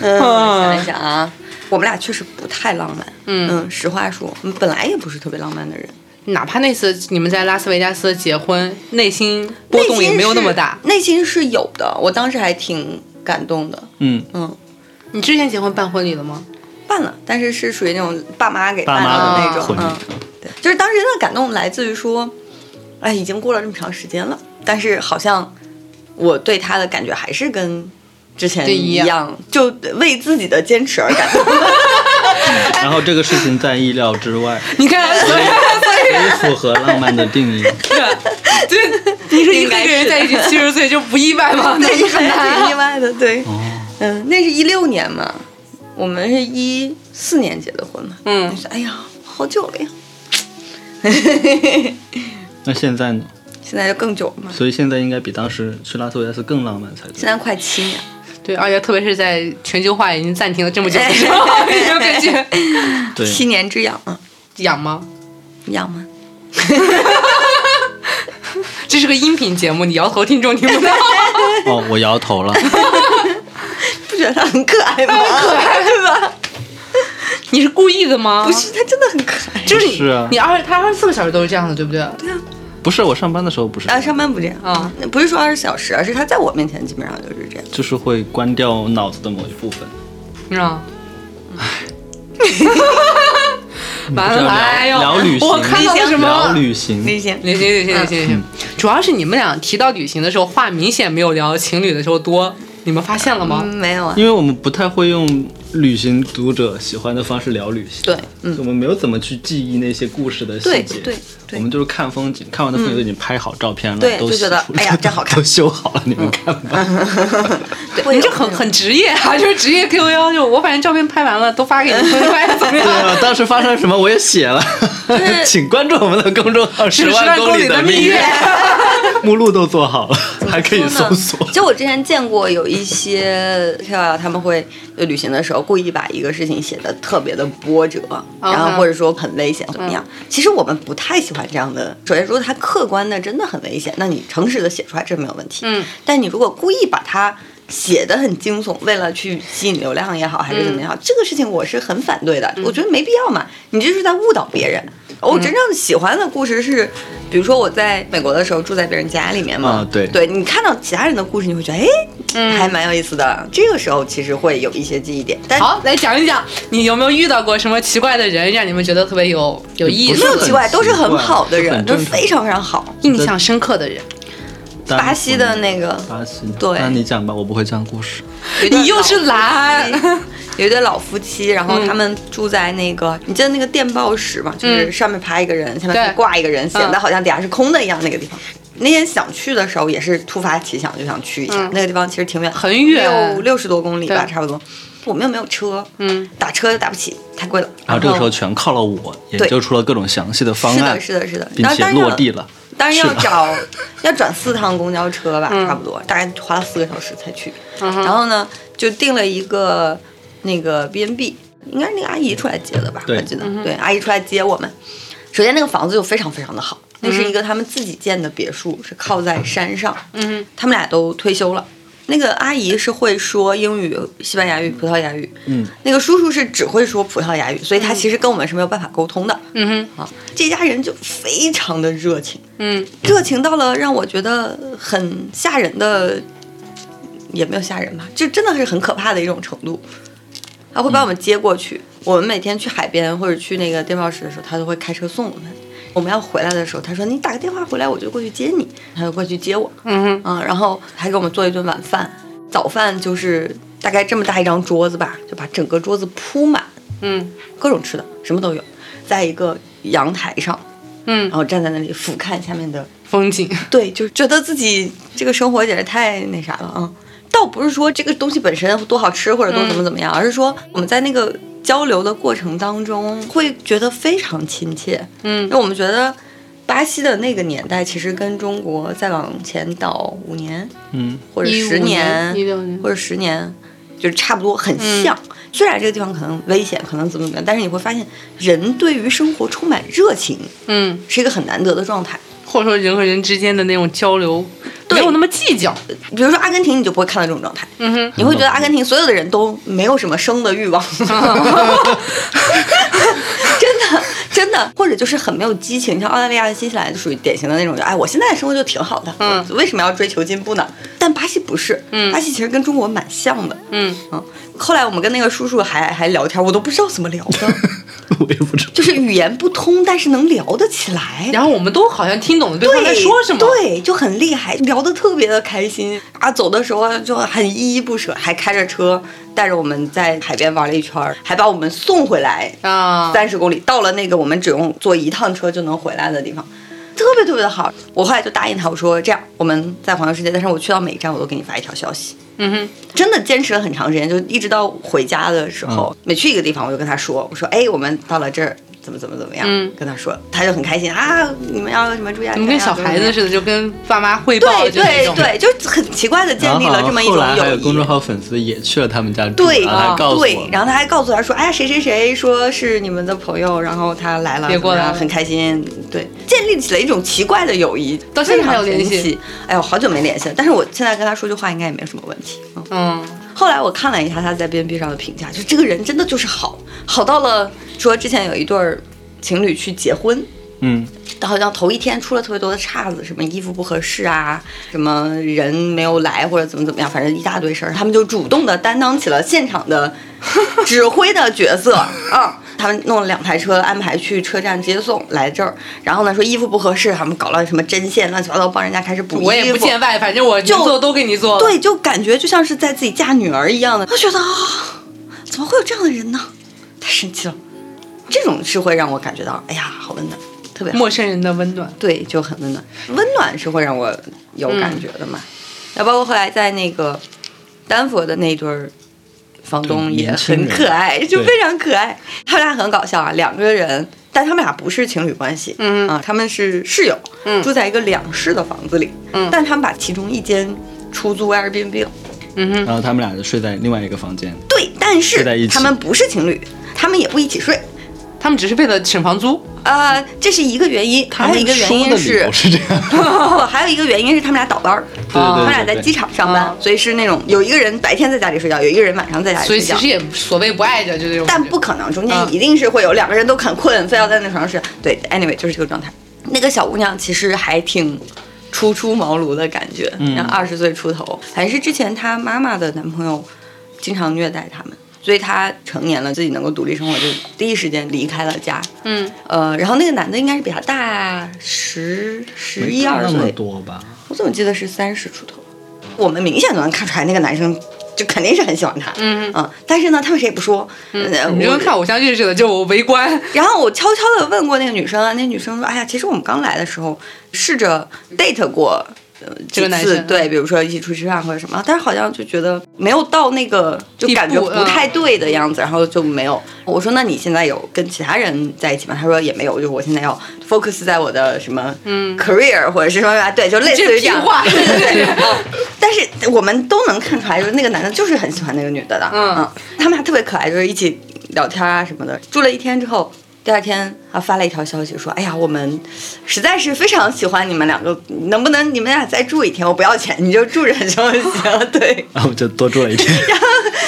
Speaker 2: 嗯，想一想啊，我们俩确实不太浪漫。
Speaker 1: 嗯
Speaker 2: 实话说，我们本来也不是特别浪漫的人，
Speaker 1: 哪怕那次你们在拉斯维加斯结婚，内心波动也没有那么大。
Speaker 2: 内心是有的，我当时还挺感动的。
Speaker 3: 嗯，
Speaker 2: 嗯，
Speaker 1: 你之前结婚办婚礼了吗？
Speaker 2: 办了，但是是属于那种爸妈给
Speaker 3: 爸
Speaker 2: 办
Speaker 3: 妈
Speaker 2: 的那
Speaker 1: 给
Speaker 2: 种。
Speaker 3: 婚礼
Speaker 2: 嗯，对，就是当时那感动来自于说，哎，已经过了这么长时间了，但是好像我对他的感觉还是跟之前
Speaker 1: 对一
Speaker 2: 一
Speaker 1: 样
Speaker 2: 样，就为自己的坚持而感 动。
Speaker 3: 然后这个事情在意料 之外，
Speaker 1: 你看，所以
Speaker 3: 也符合浪漫的定义。
Speaker 1: 就你说一
Speaker 2: 应
Speaker 1: 个
Speaker 2: 该是
Speaker 1: 人在一起七十岁就不意外吗？
Speaker 2: 对，
Speaker 1: 那很难
Speaker 2: 还
Speaker 1: 啊
Speaker 2: 挺意外的，对，
Speaker 3: 哦，
Speaker 2: 嗯，那是一六年嘛，我们是一四年结的婚嘛，
Speaker 1: 嗯
Speaker 2: 我，说哎呀，好久了呀，
Speaker 3: 那现在呢？
Speaker 2: 现在就更久了嘛，
Speaker 3: 所以现在应该比当时去拉斯维加斯更浪漫才
Speaker 2: 现
Speaker 3: 对。
Speaker 2: 在快七年了，
Speaker 1: 对，而且特别是在全球化已经暂停了这么久的时 候，你就感觉
Speaker 3: 对，
Speaker 2: 七年之痒啊，
Speaker 1: 痒吗？
Speaker 2: 痒吗？
Speaker 1: 这是个音频节目，你摇头听众听不 到。
Speaker 3: 哦，我摇头 了。
Speaker 2: 不觉得他很可爱吗？很可爱，对吧？
Speaker 1: 你是故意的吗？
Speaker 2: 不，是，他真的很可爱。
Speaker 1: 就是你
Speaker 3: 是啊
Speaker 1: 你二他二十四个小时都是这样的，对不对？
Speaker 3: 不是，我上班的时候不是，
Speaker 2: 啊，上班不这样
Speaker 1: 啊，
Speaker 2: 不是说二十小时，而是他在我面前基本上就是这样。
Speaker 1: 嗯
Speaker 3: 就是会关掉脑子的某一部分。
Speaker 1: 你知道吗？
Speaker 3: 你不
Speaker 1: 完
Speaker 3: 是要
Speaker 1: 了，
Speaker 3: 聊
Speaker 1: 哎呦，
Speaker 3: 聊旅行，
Speaker 1: 我看到了什
Speaker 3: 聊
Speaker 1: 么？
Speaker 3: 旅行，嗯
Speaker 2: 李行，
Speaker 1: 旅行，旅行，旅行，旅行。主要是你们俩提到旅行的时候，话明显没有聊情侣的时候多，你们发现了吗
Speaker 2: 嗯，？没有啊，
Speaker 3: 因为我们不太会用旅行读者喜欢的方式聊旅行。
Speaker 2: 对，嗯，
Speaker 3: 我们没有怎么去记忆那些故事的细
Speaker 2: 对
Speaker 3: 节，
Speaker 2: 对对
Speaker 3: 我们就是看风景，看完的风景都已经拍好照片了，
Speaker 2: 对
Speaker 3: 都
Speaker 2: 就觉得
Speaker 3: 洗出来
Speaker 2: 哎呀真好 看
Speaker 3: 都修好了，你们看吧。
Speaker 2: 对
Speaker 1: 你这很很职业啊，就是职业 Q 幺，就我反正照片拍完了都发给你们，发现怎么
Speaker 3: 对
Speaker 1: 样？
Speaker 2: 嗯
Speaker 3: 啊， 当时发生什么我也写了， 请关注我们的公众号“
Speaker 1: 是 十
Speaker 3: 万
Speaker 1: 万
Speaker 3: 公
Speaker 1: 里
Speaker 3: 的
Speaker 1: 蜜
Speaker 3: 月”，目录都做好了，还可以搜索。
Speaker 2: 就我之前见过有一些漂亮，他们会就旅行的时候故意把一个事情写的特别的波折，然后或者说很危险怎么样？其实我们不太喜欢这样的。首先，如果它客观的真的很危险，那你诚实的写出来这没有问题。
Speaker 1: 嗯，
Speaker 2: 但你如果故意把它写的很惊悚，为了去吸引流量也好，还是怎么样，这个事情我是很反对的。我觉得没必要嘛，你这是在误导别人。哦我真正喜欢的故事是，比如说我在美国的时候住在别人家里面嘛，
Speaker 3: 啊对
Speaker 2: 对你看到其他人的故事，你会觉得哎，
Speaker 3: 嗯
Speaker 2: 还蛮有意思的。这个时候其实会有一些记忆点，但
Speaker 1: 好，来讲一讲，你有没有遇到过什么奇怪的人，让你们觉得特别有有意
Speaker 3: 不
Speaker 2: 没
Speaker 1: 思
Speaker 3: 是
Speaker 2: 有
Speaker 3: 很
Speaker 1: 的、
Speaker 2: 奇怪，
Speaker 3: 奇
Speaker 2: 都是很
Speaker 3: 怪
Speaker 2: 好的
Speaker 3: 就
Speaker 2: 人，
Speaker 3: 很
Speaker 2: 都
Speaker 3: 正
Speaker 2: 是
Speaker 3: 常
Speaker 2: 非常非常好。
Speaker 1: 印象深刻的人？
Speaker 2: 巴西的那个
Speaker 3: 巴西，
Speaker 2: 对
Speaker 3: 那你讲吧，我不会讲故事。
Speaker 2: 有一对
Speaker 1: 你又是
Speaker 2: 老
Speaker 1: 蓝，
Speaker 2: 有一对老夫妻，然
Speaker 3: 嗯
Speaker 2: 后他们住在那个，你记得那个电报室嘛，
Speaker 3: 嗯
Speaker 2: 就是上面爬一个人，下面
Speaker 1: 对
Speaker 2: 再挂一个人，显
Speaker 1: 嗯
Speaker 2: 得好像底下是空的一样那个地方。那天想去的时候也是突发奇想，就想去一下、
Speaker 1: 嗯
Speaker 2: 那个地方，其实挺远，
Speaker 1: 很远
Speaker 2: 六六十多公里吧，
Speaker 1: 对
Speaker 2: 差不多。我们又没有车，
Speaker 1: 嗯，
Speaker 2: 打车又打不起，太贵了。
Speaker 3: 然后啊这个时候全靠了我，研究出了各种详细的方
Speaker 2: 是
Speaker 3: 案，
Speaker 2: 的，是的，是的，
Speaker 3: 并
Speaker 2: 当
Speaker 3: 且
Speaker 2: 当然要
Speaker 3: 落地了。
Speaker 2: 当然要
Speaker 3: 去了
Speaker 2: 找， 要转四趟公交车吧，
Speaker 1: 嗯
Speaker 2: 差不多，大概花了四个小时才去。然后呢，就订了一个那个 B N B，应该是那个阿姨出来接的吧，
Speaker 3: 对
Speaker 2: 我记
Speaker 1: 嗯
Speaker 2: 得，对，阿姨出来接我们。首先，那个房子就非常非常的好，那是一个他们自己建的别墅，是靠在山上。
Speaker 1: 嗯，
Speaker 2: 他们俩都退休了。那个阿姨是会说英语、西班牙语、葡萄牙语，
Speaker 3: 嗯，
Speaker 2: 那个叔叔是只会说葡萄牙语，所以他其实跟我们是没有办法沟通的。
Speaker 1: 嗯哼，
Speaker 2: 啊，这家人就非常的热情，
Speaker 1: 嗯，
Speaker 2: 热情到了让我觉得很吓人的，也没有吓人吧，就真的是很可怕的一种程度。他会把我们接过去，我们每天去海边或者去那个电报室的时候，他都会开车送我们。我们要回来的时候，他说：“你打个电话回来，我就过去接你。”他就过去接我。
Speaker 1: 嗯哼，
Speaker 2: 嗯，然后还给我们做一顿晚饭，早饭就是大概这么大一张桌子吧，就把整个桌子铺满，
Speaker 1: 嗯
Speaker 2: 各种吃的，什么都有，在一个阳台上，然
Speaker 1: 嗯，
Speaker 2: 后站在那里俯瞰下面的，
Speaker 1: 风景，
Speaker 2: 对，就觉得自己这个生活简直太那啥了啊！倒不是说这个东西本身多好吃或者多怎么怎么样，而是说我们在那个交流的过程当中，会觉得非常亲切，因
Speaker 1: 嗯
Speaker 2: 为我们觉得。巴西的那个年代，其实跟中国再往前倒五年，
Speaker 3: 嗯，
Speaker 2: 或者十
Speaker 1: 15年16年嗯
Speaker 2: 或者十年，就是差不多很像。虽然这个地方可能危险，可能怎么怎么样，但是你会发现，人对于生活充满热情，
Speaker 1: 嗯，
Speaker 2: 是一个很难得的状态。
Speaker 1: 或者说人和人之间的那种交流，
Speaker 2: 对
Speaker 1: 没有那么计较，
Speaker 2: 比如说阿根廷，你就不会看到这种状态，
Speaker 1: 嗯哼，
Speaker 2: 你会觉得阿根廷所有 的人都没有什么生的欲望，真的，真真的，或者就是很没有激情，像澳大利亚、新西兰就属于典型的那种，就哎，我现在的生活就挺好的，
Speaker 1: 嗯
Speaker 2: 我为什么要追求进步呢？但巴西不是，
Speaker 1: 嗯
Speaker 2: 巴西其实跟中国蛮像的，
Speaker 1: 嗯，
Speaker 2: 嗯。后来我们跟那个叔叔还还聊天，我都不知道怎么聊 的，
Speaker 3: 我也不知道。
Speaker 2: 就是语言不通，但是能聊得起来。
Speaker 1: 然后我们都好像听懂了对
Speaker 2: 对
Speaker 1: 方在说什么，
Speaker 2: 对，就很厉害，聊得特别的开心啊！走的时候就很依依不舍，还开着车带着我们在海边玩了一圈儿，还把我们送回来
Speaker 1: 啊，
Speaker 2: 三十公里，到了那个我们只用坐一趟车就能回来的地方，特别特别的好。我后来就答应他，我说这样，我们在环游世界，但是我去到每一站我都给你发一条消息。
Speaker 1: 嗯哼，
Speaker 2: 真的坚持了很长时间，就一直到回家的时候，
Speaker 1: 嗯
Speaker 2: 每去一个地方，我就跟他说，我说哎，我们到了这儿。怎么怎么怎么样？
Speaker 1: 嗯
Speaker 2: 跟他说，他就很开心啊！你们要什么注意安
Speaker 1: 你
Speaker 2: 全、啊？
Speaker 1: 们跟小孩子
Speaker 2: 是？
Speaker 1: 似的，就跟爸妈汇报
Speaker 2: 对
Speaker 1: 就那
Speaker 2: 对
Speaker 1: 种，
Speaker 2: 对，就很奇怪的建立了这么一种
Speaker 3: 然后后来还
Speaker 2: 友
Speaker 3: 有
Speaker 2: 谊。
Speaker 3: 公众号粉丝也去了他们家住，
Speaker 2: 对啊
Speaker 3: 然后还告诉我
Speaker 2: 对，然后他还告诉他说：“哎呀，谁谁谁说是你们的朋友，然后他来了，
Speaker 1: 别过来
Speaker 2: 然后
Speaker 1: 了
Speaker 2: 很开心。”对，建立起了一种奇怪的友谊，
Speaker 1: 到现在还有联系
Speaker 2: 非常神奇。哎呦，好久没联系了，但是我现在跟他说句话应该也没有什么问题。嗯，
Speaker 1: 嗯，
Speaker 2: 后来我看了一下他在 B N B 上的评价，就这个人真的就是好，好到了说之前有一对儿情侣去结婚，
Speaker 3: 嗯，
Speaker 2: 然后像头一天出了特别多的岔子，什么衣服不合适啊，什么人没有来或者怎么怎么样，反正一大堆事儿，他们就主动的担当起了现场的指挥的角色 啊。他们弄了两台车，安排去车站接送来这儿。然后呢，说衣服不合适，他们搞了什么针线，乱七八糟，帮人家开始补衣服。啊
Speaker 1: 我也不见外，反正我能
Speaker 2: 就
Speaker 1: 做都给你做了，
Speaker 2: 对，就感觉就像是在自己嫁女儿一样的，我觉得啊、怎么会有这样的人呢？太神奇了，这种是会让我感觉到，哎呀，好温暖，特别好。
Speaker 1: 陌生人的温暖，
Speaker 2: 对，就很温暖。温暖是会让我有
Speaker 3: 嗯
Speaker 2: 感觉的嘛。那、包括后来在那个丹佛的那一对儿房东
Speaker 3: 对
Speaker 2: 也
Speaker 3: 年轻
Speaker 2: 很
Speaker 3: 人
Speaker 2: 可爱，就
Speaker 3: 对
Speaker 2: 非常可爱。他们俩很搞笑啊，两个人，但他们俩不是情侣关系，
Speaker 1: 嗯
Speaker 2: 啊，他们是室友，
Speaker 1: 嗯
Speaker 2: 住在一个两室的房子里，
Speaker 1: 嗯
Speaker 2: 但他们把其中一间出租 Airbnb 了。
Speaker 1: 嗯哼，
Speaker 3: 然后他们俩就睡在另外一个房间，
Speaker 2: 对，但
Speaker 3: 睡在
Speaker 2: 是
Speaker 3: 一起
Speaker 2: 他们不是情侣，他们也不一起睡。
Speaker 1: 他们只是为了省房租，
Speaker 2: 呃，这是一个原因，还有一个原
Speaker 3: 说的
Speaker 2: 因
Speaker 3: 理
Speaker 2: 是
Speaker 3: 由，是这样，
Speaker 2: 还有一个原因是他们俩倒班儿，
Speaker 3: 对啊对对，
Speaker 2: 他们俩在
Speaker 3: 对
Speaker 2: 机场上班
Speaker 1: 嗯，
Speaker 2: 所以是那种有一个人白天在家里睡觉，有一个人晚上在家里
Speaker 1: 所以
Speaker 2: 睡
Speaker 1: 其
Speaker 2: 觉
Speaker 1: 实。也所谓不爱着，就这种感
Speaker 2: 但
Speaker 1: 觉，
Speaker 2: 不可能，中
Speaker 1: 嗯
Speaker 2: 间一定是会有两个人都很困，非要在那床上睡。对，anyway 就是这个状态。那个小姑娘其实还挺初出茅庐的感觉，
Speaker 3: 嗯
Speaker 2: 然后二十岁出头，还是之前她妈妈的男朋友经常虐待他们，所以她成年了自己能够独立生活，就第一时间离开了家。
Speaker 1: 嗯，
Speaker 2: 呃，然后那个男的应该是比她大十 十
Speaker 3: 没
Speaker 2: 一
Speaker 3: 到
Speaker 2: 二
Speaker 3: 那么
Speaker 2: 岁，
Speaker 3: 多 吧？
Speaker 2: 我怎么记得是三十出头？我们明显都能看出来，那个男生就肯定是很喜欢她。
Speaker 1: 嗯
Speaker 2: 但是呢，他们谁也不说。嗯
Speaker 1: 你们就跟看偶像剧似的，就我围观，
Speaker 2: 然后我悄悄的问过那个女生啊，那女生说：“哎呀，其实我们刚来的时候试着 date 过，呃，
Speaker 1: 这个
Speaker 2: 几
Speaker 1: 男
Speaker 2: 次
Speaker 1: 生
Speaker 2: 对，比如说一起出去吃饭或者什么，但是好像就觉得没有到那个，就
Speaker 1: 地
Speaker 2: 感觉
Speaker 1: 步嗯
Speaker 2: 不太对的样子，然后就没有。我说那你现在有跟其他人在一起吗？她说也没有，就是我现在要 focus 在我的什么
Speaker 1: 嗯
Speaker 2: career 或者是什么，对，就类似于这样
Speaker 1: 这屁话
Speaker 2: 对对对。嗯 但是我们都能看出来，就是那个男的就是很喜欢那个女的的，
Speaker 1: 嗯
Speaker 2: 嗯，他们还特别可爱，就是一起聊天啊什么的。住了一天之后，第二天他发了一条消息说：“哎呀，我们实在是非常喜欢你们两个，能不能你们俩再住一天？我不要钱，你就住着就行。” 对。
Speaker 3: 然后啊我就多住了一 天，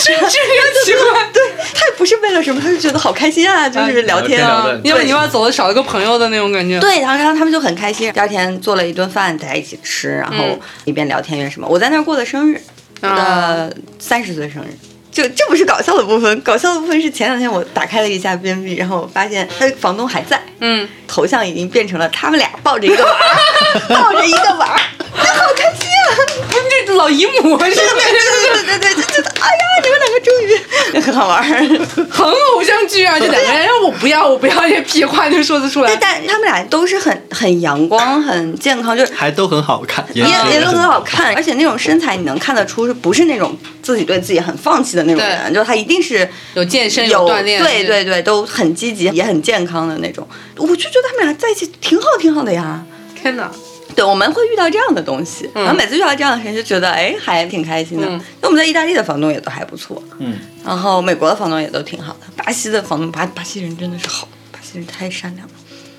Speaker 1: 这这也奇怪。
Speaker 2: 对他也不是为了什么，他就觉得好开心啊，就是聊天
Speaker 3: 哎聊天聊
Speaker 2: 啊
Speaker 3: 得，很
Speaker 2: 对
Speaker 1: 要不你要走的少一个朋友的那种感觉。，
Speaker 2: 对，然后然后他们就很开心。第二天做了一顿饭，大家一起吃，然后
Speaker 1: 嗯
Speaker 2: 一边聊天一边什么。我在那儿过的生日，我
Speaker 1: 啊
Speaker 2: 的三十岁生日。就这不是搞笑的部分，搞笑的部分是前两天我打开了一下 B N B，然后我发现他房东还在，
Speaker 1: 嗯，
Speaker 2: 头像已经变成了他们俩抱着一个娃儿， 抱着一个娃儿，哎好开心啊！
Speaker 1: 不是这老姨母啊，这
Speaker 2: 对对对对对，就觉得哎呀，你们两个终于 很好玩儿。
Speaker 1: 很偶像剧啊，这两个人让我不要，我不要这些屁话就说得出
Speaker 2: 对
Speaker 1: 来，。
Speaker 2: 但他们俩都是很很阳光、很健康，就是
Speaker 3: 还都很好看，
Speaker 2: 也
Speaker 3: 颜值
Speaker 2: 也都很好看，而且那种身材你能看得出，是不是那种自己对自己很放弃的那种
Speaker 1: 对
Speaker 2: 人？就他一定是
Speaker 1: 有健身，
Speaker 2: 有
Speaker 1: 锻炼，
Speaker 2: 对对对，都很积极，也很健康的那种。我就觉得他们俩在一起挺好，挺好的呀。
Speaker 1: 对，天哪，
Speaker 2: 对，我们会遇到这样的东西，
Speaker 1: 嗯
Speaker 2: 然后每次遇到这样的人，就觉得哎，还挺开心的。
Speaker 1: 嗯
Speaker 2: 因为我们在意大利的房东也都还不错，
Speaker 3: 嗯，
Speaker 2: 然后美国的房东也都挺好的，巴西的房东巴巴西人真的是好，巴西人太善良了。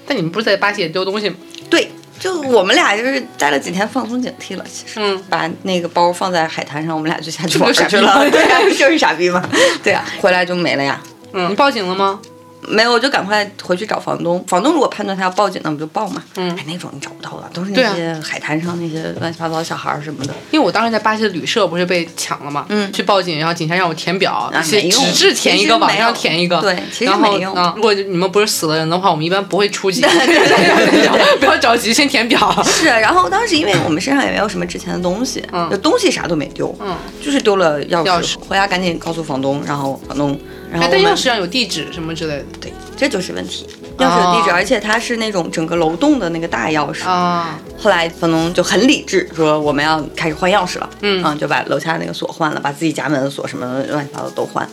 Speaker 1: 但你们不是在巴西也丢东西吗？
Speaker 2: 对，就我们俩就是待了几天，放松警惕了。其实，
Speaker 1: 嗯
Speaker 2: 把那个包放在海滩上，我们俩就下去
Speaker 1: 这不
Speaker 2: 玩
Speaker 1: 就
Speaker 2: 去
Speaker 1: 傻逼吗
Speaker 2: 了。对啊，就是傻逼嘛。对啊，回来就没了呀。
Speaker 1: 嗯，你报警了吗？
Speaker 2: 没有，我就赶快回去找房东。房东如果判断他要报警，那我们就报嘛。嗯，哎，那种你找不到的，都是
Speaker 1: 对啊
Speaker 2: 那些海滩上那些乱七八糟的小孩儿什么的。
Speaker 1: 因为我当时在巴西的旅社不是被抢了嘛，
Speaker 2: 嗯
Speaker 1: 去报警，然后警察让我填表，
Speaker 2: 啊
Speaker 1: 是
Speaker 2: 没用
Speaker 1: 纸质填一个，
Speaker 2: 其实没有
Speaker 1: 网上填一个，
Speaker 2: 对其实
Speaker 1: 然后
Speaker 2: 没用
Speaker 1: 啊如果你们不是死了人的话，我们一般不会出警，对 不要着急，先填表。
Speaker 2: 是， 啊然后当时因为我们身上也没有什么值钱的东西，
Speaker 1: 嗯
Speaker 2: 就东西啥都没丢，
Speaker 1: 嗯，
Speaker 2: 就是丢了钥匙。
Speaker 1: 钥匙
Speaker 2: 回家赶紧告诉房东，然后房东，然后
Speaker 1: 哎，
Speaker 2: 我
Speaker 1: 但
Speaker 2: 们
Speaker 1: 钥匙上有地址什么之类的
Speaker 2: 对，这就是问题，钥匙的地址，
Speaker 1: 哦
Speaker 2: 而且它是那种整个楼栋的那个大钥匙。
Speaker 1: 啊，
Speaker 2: 后来房东就很理智，说我们要开始换钥匙了，
Speaker 1: 嗯
Speaker 2: 就把楼下那个锁换了，把自己家门的锁什么乱七八糟都换。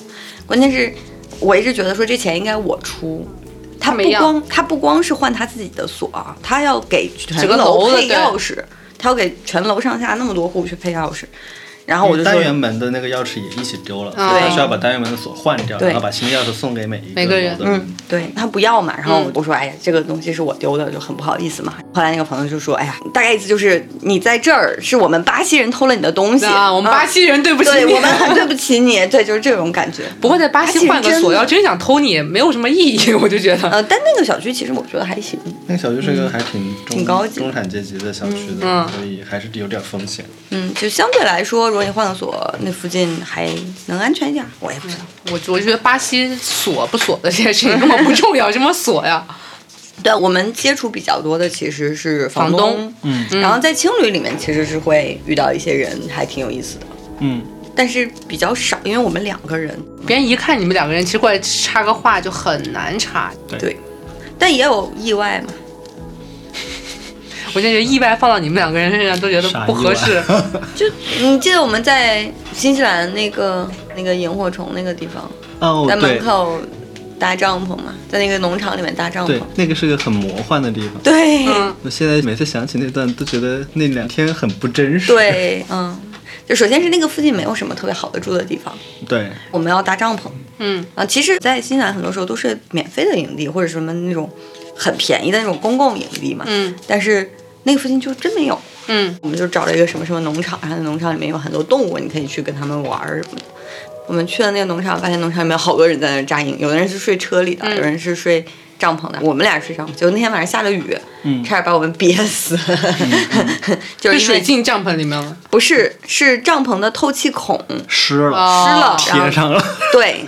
Speaker 2: 关键是，我一直觉得说这钱应该我出。他
Speaker 1: 没
Speaker 2: 不
Speaker 1: 要
Speaker 2: 光他不光是换他自己的锁啊，他要给全
Speaker 1: 整个楼的
Speaker 2: 配
Speaker 1: 对
Speaker 2: 钥匙，他要给全楼上下那么多户去配钥匙。然后我就说
Speaker 3: 单元门的那个钥匙也一起丢了，所
Speaker 1: 对
Speaker 3: 以他需要把单元门的锁换掉，
Speaker 2: 哦对
Speaker 3: 然后把新的钥匙送给每一
Speaker 1: 每个
Speaker 3: 个
Speaker 1: 人
Speaker 3: 楼的
Speaker 2: 嗯，对他不要嘛，然后
Speaker 1: 嗯
Speaker 2: 我就说，哎呀，这个东西是我丢的，就很不好意思嘛。后来那个朋友就说，哎呀，大概意思就是你在这儿是我们巴西人偷了你的东西
Speaker 1: 啊，我们巴
Speaker 2: 西，
Speaker 1: 西人对不起
Speaker 2: 对
Speaker 1: 你，
Speaker 2: 我们很对不起你， 对，就是这种感觉。
Speaker 1: 不过在巴西换个锁，要真想偷你也没有什么意义， 我就觉得，
Speaker 2: 呃，但那个小区其实我觉得还行，
Speaker 3: 那个小区是一个还挺中
Speaker 2: 嗯挺高级
Speaker 3: 中产阶级的小区
Speaker 1: 嗯
Speaker 3: 的，所以还是有点风险。
Speaker 2: 嗯，就相对来说，如果你换个锁，那附近还能安全一点。我也不知道，
Speaker 1: 我我觉得巴西锁不锁的这件事情根本不重要，什么锁呀？
Speaker 2: 对我们接触比较多的其实是房
Speaker 1: 房东
Speaker 3: 嗯
Speaker 2: 然后在青旅里面其实是会遇到一些人，还挺有意思的，
Speaker 3: 嗯，
Speaker 2: 但是比较少，因为我们两个人。
Speaker 1: 别人一看你们两个人，其实过来插个话就很难插。
Speaker 2: 对，但也有意外嘛。
Speaker 1: 我现在觉得意外放到你们两个人身上都觉得不合适。
Speaker 2: 就你记得我们在新西兰那个那个萤火虫那个地方，
Speaker 3: 哦
Speaker 2: 在门
Speaker 3: 对
Speaker 2: 口搭帐篷嘛，在那个农场里面搭帐篷
Speaker 3: 对。，那个是个很魔幻的地方。
Speaker 2: 对、
Speaker 1: 嗯，
Speaker 3: 我现在每次想起那段，都觉得那两天很不真实。
Speaker 2: 对，嗯，就首先是那个附近没有什么特别好的住的地方，
Speaker 3: 对，
Speaker 2: 我们要搭帐篷。
Speaker 1: 嗯，
Speaker 2: 啊，其实，在新西兰很多时候都是免费的营地，或者什么那种很便宜的那种公共营地嘛。
Speaker 1: 嗯，
Speaker 2: 但是那个附近就真没有。
Speaker 1: 嗯，
Speaker 2: 我们就找了一个什么什么农场，然后那农场里面有很多动物，你可以去跟他们玩儿什么的。我们去了那个农场，发现农场里面有好多人在那儿扎营，有的人是睡车里的，有人是睡帐篷的，我们俩是睡帐篷。结果那天晚上下了雨，
Speaker 3: 嗯
Speaker 2: 差点把我们憋死，
Speaker 1: 被
Speaker 2: 就是因为
Speaker 1: 水进帐篷里面了。
Speaker 2: 不是是帐篷的透气孔
Speaker 3: 湿了，
Speaker 2: 湿了
Speaker 1: 哦，
Speaker 2: 然 后
Speaker 3: 贴上了，
Speaker 2: 对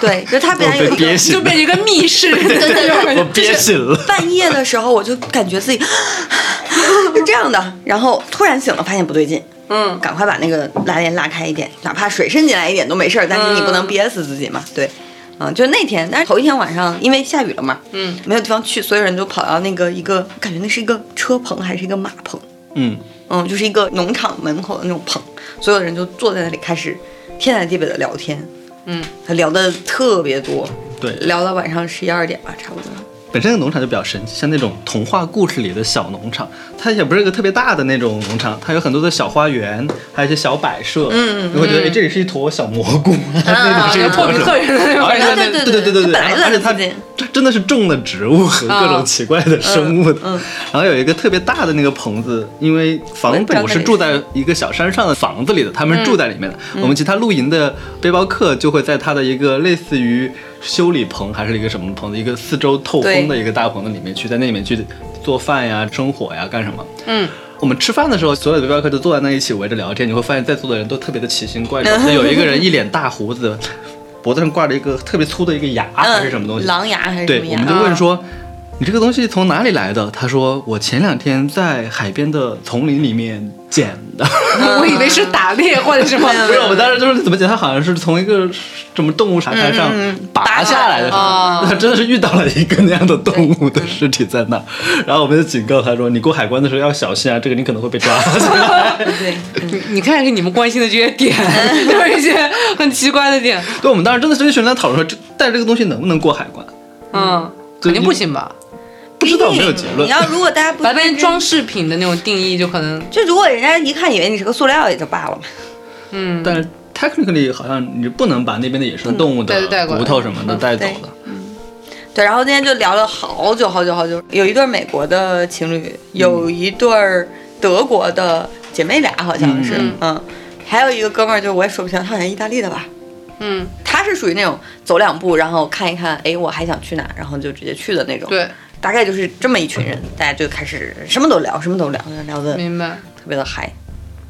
Speaker 2: 对，就它本来有一
Speaker 3: 我被
Speaker 2: 个
Speaker 3: 憋醒
Speaker 1: 就
Speaker 3: 了，
Speaker 1: 变成一个密室，
Speaker 3: 我憋醒了。
Speaker 2: 半夜的时候，我就感觉自己 是这样的，然后突然醒了，发现不对劲，
Speaker 1: 嗯，
Speaker 2: 赶快把那个拉链拉开一点，哪怕水渗进来一点都没事儿，但是你不
Speaker 1: 嗯
Speaker 2: 能憋死自己嘛。对，嗯，就那天，但是头一天晚上因为下雨了嘛，
Speaker 1: 嗯，
Speaker 2: 没有地方去，所有人都跑到那个一个，感觉那是一个车棚还是一个马棚，
Speaker 3: 嗯，
Speaker 2: 嗯，就是一个农场门口的那种棚，所有的人就坐在那里开始天南地北的聊天，
Speaker 1: 嗯，
Speaker 2: 聊的特别多，
Speaker 3: 对。
Speaker 2: 聊到晚上十一二点吧，差不多。
Speaker 3: 本身那个农场就比较神奇，像那种童话故事里的小农场，它也不是一个特别大的那种农场，它有很多的小花园，还有一些小摆设。嗯，啊你会觉得哎，这里是一坨小蘑菇， 那里是
Speaker 1: 特
Speaker 3: 一坨
Speaker 1: 别
Speaker 3: 什么
Speaker 1: 啊特别 的那种
Speaker 3: 而且
Speaker 1: 感
Speaker 3: 它
Speaker 1: 觉。
Speaker 3: 那对
Speaker 2: 对对对
Speaker 3: 对
Speaker 2: 对
Speaker 3: 对，
Speaker 2: 本来就在
Speaker 3: 而且它
Speaker 2: 附近嗯
Speaker 3: 这真的是种了植物和各
Speaker 1: 啊
Speaker 3: 种奇怪的生物的
Speaker 2: 嗯嗯。
Speaker 3: 然后有一个特别大的那个棚子，因为房主是住在一个小山上的房子里的，他们是住在里面的。
Speaker 2: 嗯
Speaker 3: 我们其他露营的背包客就会在他的一个类似于修理棚还是一个什么棚子，一个四周透
Speaker 2: 对
Speaker 3: 风的一个大棚子里面去，在那里面去做饭呀、生火呀、干什么。
Speaker 1: 嗯，
Speaker 3: 我们吃饭的时候，所有的背包客都坐在那一起围着聊天，你会发现在座的人都特别的奇形怪
Speaker 2: 嗯
Speaker 3: 状。有一个人一脸大胡子，脖子上挂着一个特别粗的一个牙啊还是什么东西，
Speaker 2: 嗯狼牙还是什
Speaker 3: 对
Speaker 2: 么，
Speaker 3: 我
Speaker 2: 牙
Speaker 3: 们？就问说。你这个东西从哪里来的？他说我前两天在海边的丛林里面捡的。
Speaker 2: 嗯
Speaker 1: 我以为是打猎或者什么。
Speaker 3: 不是，我们当时就是怎么讲，他好像是从一个什么动物沙滩上
Speaker 2: 嗯
Speaker 3: 拔下来的，
Speaker 1: 拔下
Speaker 2: 哦
Speaker 1: 来
Speaker 3: 他真的是遇到了一个那样的动物的尸体在那儿，然后我们就警告他说，你过海关的时候要小心啊，这个你可能会被抓 起来。
Speaker 2: 对，
Speaker 1: 你你看看你们关心的这些 点，都是一些很奇怪的点。
Speaker 3: 对，我们当时真的是一群人在讨论说，这带这个东西能不能过海关？
Speaker 1: 嗯，肯定不行吧？
Speaker 3: 不知道有没有结
Speaker 2: 你
Speaker 3: 论。
Speaker 2: 要如果大家不
Speaker 1: 白边装饰品的那种定义，就可能
Speaker 2: 就如果人家一看以为你是个塑料也就罢了嘛。
Speaker 1: 嗯，
Speaker 3: 但是 technically 好像你不能把那边的野生动物
Speaker 1: 对
Speaker 2: 嗯
Speaker 3: 的
Speaker 1: 对带过来
Speaker 3: 骨头什么的带走
Speaker 2: 对
Speaker 3: 的。
Speaker 2: 对，然后那天就聊了好久好久好久，有一对美国的情侣，有一对德国的姐妹俩，好像是，
Speaker 1: 嗯
Speaker 2: 嗯还有一个哥们儿，就我也说不清，他好像意大利的吧，
Speaker 1: 嗯，
Speaker 2: 他是属于那种走两步，然后看一看，哎，我还想去哪，然后就直接去的那种。
Speaker 1: 对，
Speaker 2: 大概就是这么一群人，大家就开始什么都聊，什么都聊，聊的
Speaker 1: 明白。
Speaker 2: 特别的嗨。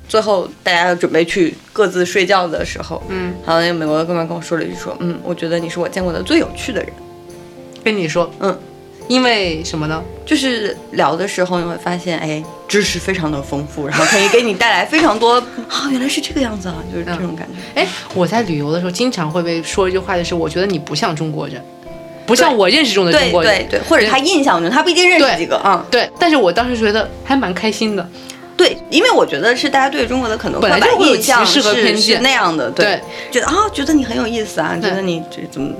Speaker 2: 最后大家准备去各自睡觉的时候，
Speaker 1: 嗯，
Speaker 2: 然后那个美国的哥们儿跟我说了一句说，嗯，我觉得你是我见过的最有趣的人。
Speaker 1: 跟你说，
Speaker 2: 嗯，
Speaker 1: 因为什么呢？
Speaker 2: 就是聊的时候你会发现，哎，知识非常的丰富，然后可以给你带来非常多。 哦，原来是这个样子啊，就是这种感觉。
Speaker 1: 哎，我在旅游的时候经常会被说一句话，就是我觉得你不像中国人，不像
Speaker 2: 对
Speaker 1: 我认识中的中
Speaker 2: 对
Speaker 1: 国人。
Speaker 2: 对对，或者他印象中他不一定认识几个啊、
Speaker 1: 对，但是我当时觉得还蛮开心的。
Speaker 2: 嗯，对，因为我觉得是大家对中国的可能
Speaker 1: 本来就
Speaker 2: 刻
Speaker 1: 会
Speaker 2: 板
Speaker 1: 有
Speaker 2: 印象
Speaker 1: 歧视
Speaker 2: 是
Speaker 1: 和偏见
Speaker 2: 是那样的，对，觉得啊、觉得你很有意思啊，
Speaker 1: 对
Speaker 2: 觉得你这怎么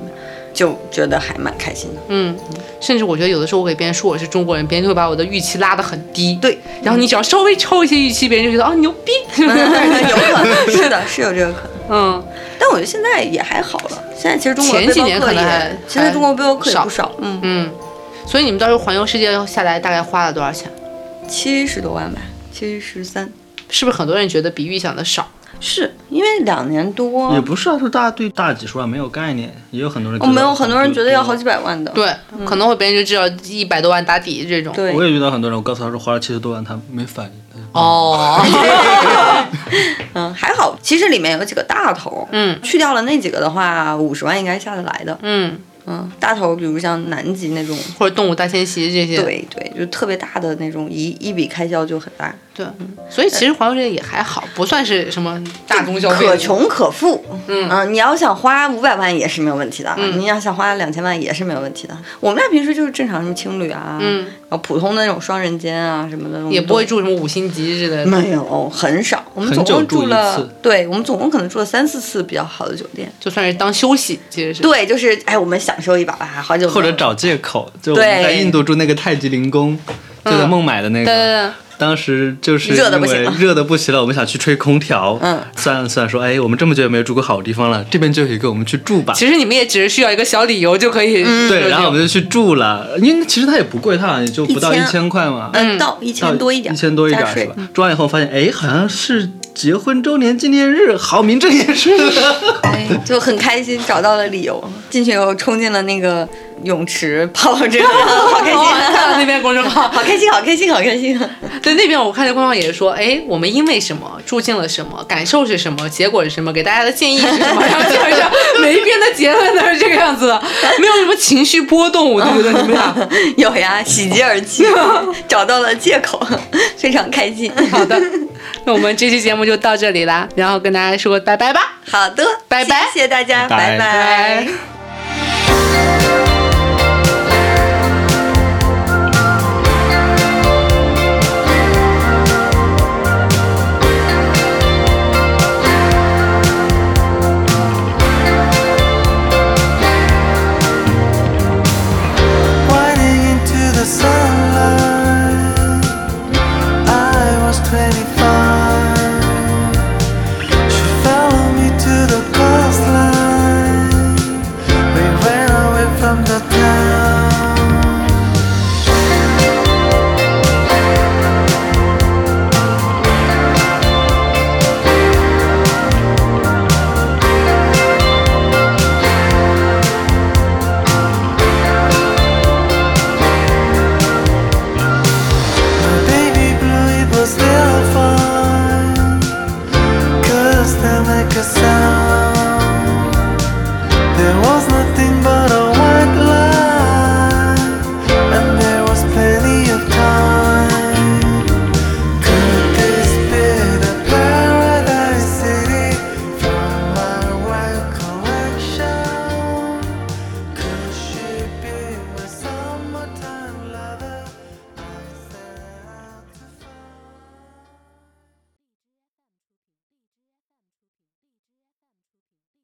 Speaker 2: 就觉得还蛮开心 的，
Speaker 1: 嗯，甚至我觉得有的时候我给别人说我是中国人，别人就会把我的预期拉得很低。
Speaker 2: 对，
Speaker 1: 然后你只要稍微超一些预期，别人就觉得啊牛逼。
Speaker 2: 有可能是的，是有这个可能。
Speaker 1: 嗯，
Speaker 2: 但我觉得现在也还好了，现在其实中国
Speaker 1: 前几
Speaker 2: 背包
Speaker 1: 年
Speaker 2: 客
Speaker 1: 可能
Speaker 2: 也
Speaker 1: 还
Speaker 2: 现在中国背包客也
Speaker 1: 还
Speaker 2: 不少，嗯，
Speaker 1: 嗯，所以你们到时候环游世界下来大概花了多少钱？
Speaker 2: 七十多万吧，七十三，
Speaker 1: 是不是很多人觉得比预想的少？
Speaker 2: 是因为两年多
Speaker 4: 也，不是啊，就大家对大几十万没有概念，也有很多人
Speaker 2: 我
Speaker 4: 觉得
Speaker 2: 们哦有很多人觉得要好
Speaker 4: 多
Speaker 2: 几百万的，
Speaker 1: 对，可能会别人就知道一百多万打底这种。
Speaker 2: 嗯对
Speaker 4: 我也遇到很多人，我告诉他说花了七十多万，他没反应。
Speaker 1: 哦，
Speaker 2: 嗯，还好，其实里面有几个大头，
Speaker 1: 嗯
Speaker 2: 去掉了那几个的话，五十万应该下得来的，
Speaker 1: 嗯，
Speaker 2: 嗯，大头比如像南极那种，
Speaker 1: 或者动物大迁徙这些。
Speaker 2: 对对，就特别大的那种，一一笔开销就很大，
Speaker 1: 对，所以其实环游世界也还好，不算是什么大宗消费。
Speaker 2: 可穷可富，啊
Speaker 1: 嗯
Speaker 2: 你要想花五百万也是没有问题的，
Speaker 1: 嗯
Speaker 2: 你要想花两千万也是没有问题的。我们俩平时就是正常什么情侣啊，
Speaker 1: 嗯，
Speaker 2: 然后普通的那种双人间啊什么的，我们
Speaker 1: 也
Speaker 2: 都
Speaker 1: 不会住什么五星级之类的。
Speaker 2: 没有，很少。我们
Speaker 4: 很
Speaker 2: 总
Speaker 4: 久
Speaker 2: 共
Speaker 4: 住
Speaker 2: 住
Speaker 4: 一
Speaker 2: 了，
Speaker 4: 次
Speaker 2: 对我们总共可能住了三四次比较好的酒店。
Speaker 1: 就算是当休息，其实是。
Speaker 2: 对，就是哎，我们享受一把吧，好久没有
Speaker 4: 或者找借口，就我们在
Speaker 2: 对嗯
Speaker 4: 印度住那个太极凌宫，就在孟买的那
Speaker 1: 对
Speaker 4: 个，
Speaker 1: 对
Speaker 4: 当时就是
Speaker 2: 热得
Speaker 4: 因
Speaker 2: 不行
Speaker 4: 为
Speaker 2: 了
Speaker 4: 热的不行了，我们想去吹空调。
Speaker 2: 嗯
Speaker 4: 算了算了，说哎，我们这么久也没有住过好地方了，这边就有一个，我们去住吧
Speaker 1: 对，。其实你们也只是需要一个小理由就可以。
Speaker 2: 嗯
Speaker 4: 对，然后我们就去住了，因为其实它也不贵，它好像也就不到
Speaker 2: 一
Speaker 4: 一
Speaker 2: 千
Speaker 4: 千块嘛，
Speaker 2: 嗯到一千多一点，
Speaker 4: 一千多一点
Speaker 2: 加
Speaker 4: 是
Speaker 2: 税嗯
Speaker 4: 吧。？住完以后发现，哎，好像是结婚周年纪念日，好名正言顺。
Speaker 2: 哎，就很开心，找到了理由。进去以后冲进了那个泳池，泡泡这个，好开心
Speaker 1: 哦，
Speaker 2: 啊，
Speaker 1: 看到 那边公众号，
Speaker 2: 好开心，好开心，好开心啊。
Speaker 1: 对那边我看见公众号也是说，哎，我们因为什么住进了什么，感受是什么，结果是什么，给大家的建议是什么， 然后基本上每一篇的结论都是这个样子的，没有什么情绪波动，我都觉得你们俩
Speaker 2: 有呀，喜极 而泣，找到了借口，非常开心。
Speaker 1: 好的。那我们这期节目就到这里啦，然后跟大家说拜拜吧。
Speaker 2: 好的，
Speaker 1: 拜拜
Speaker 2: 谢谢大家，
Speaker 4: 拜
Speaker 2: 拜
Speaker 1: 拜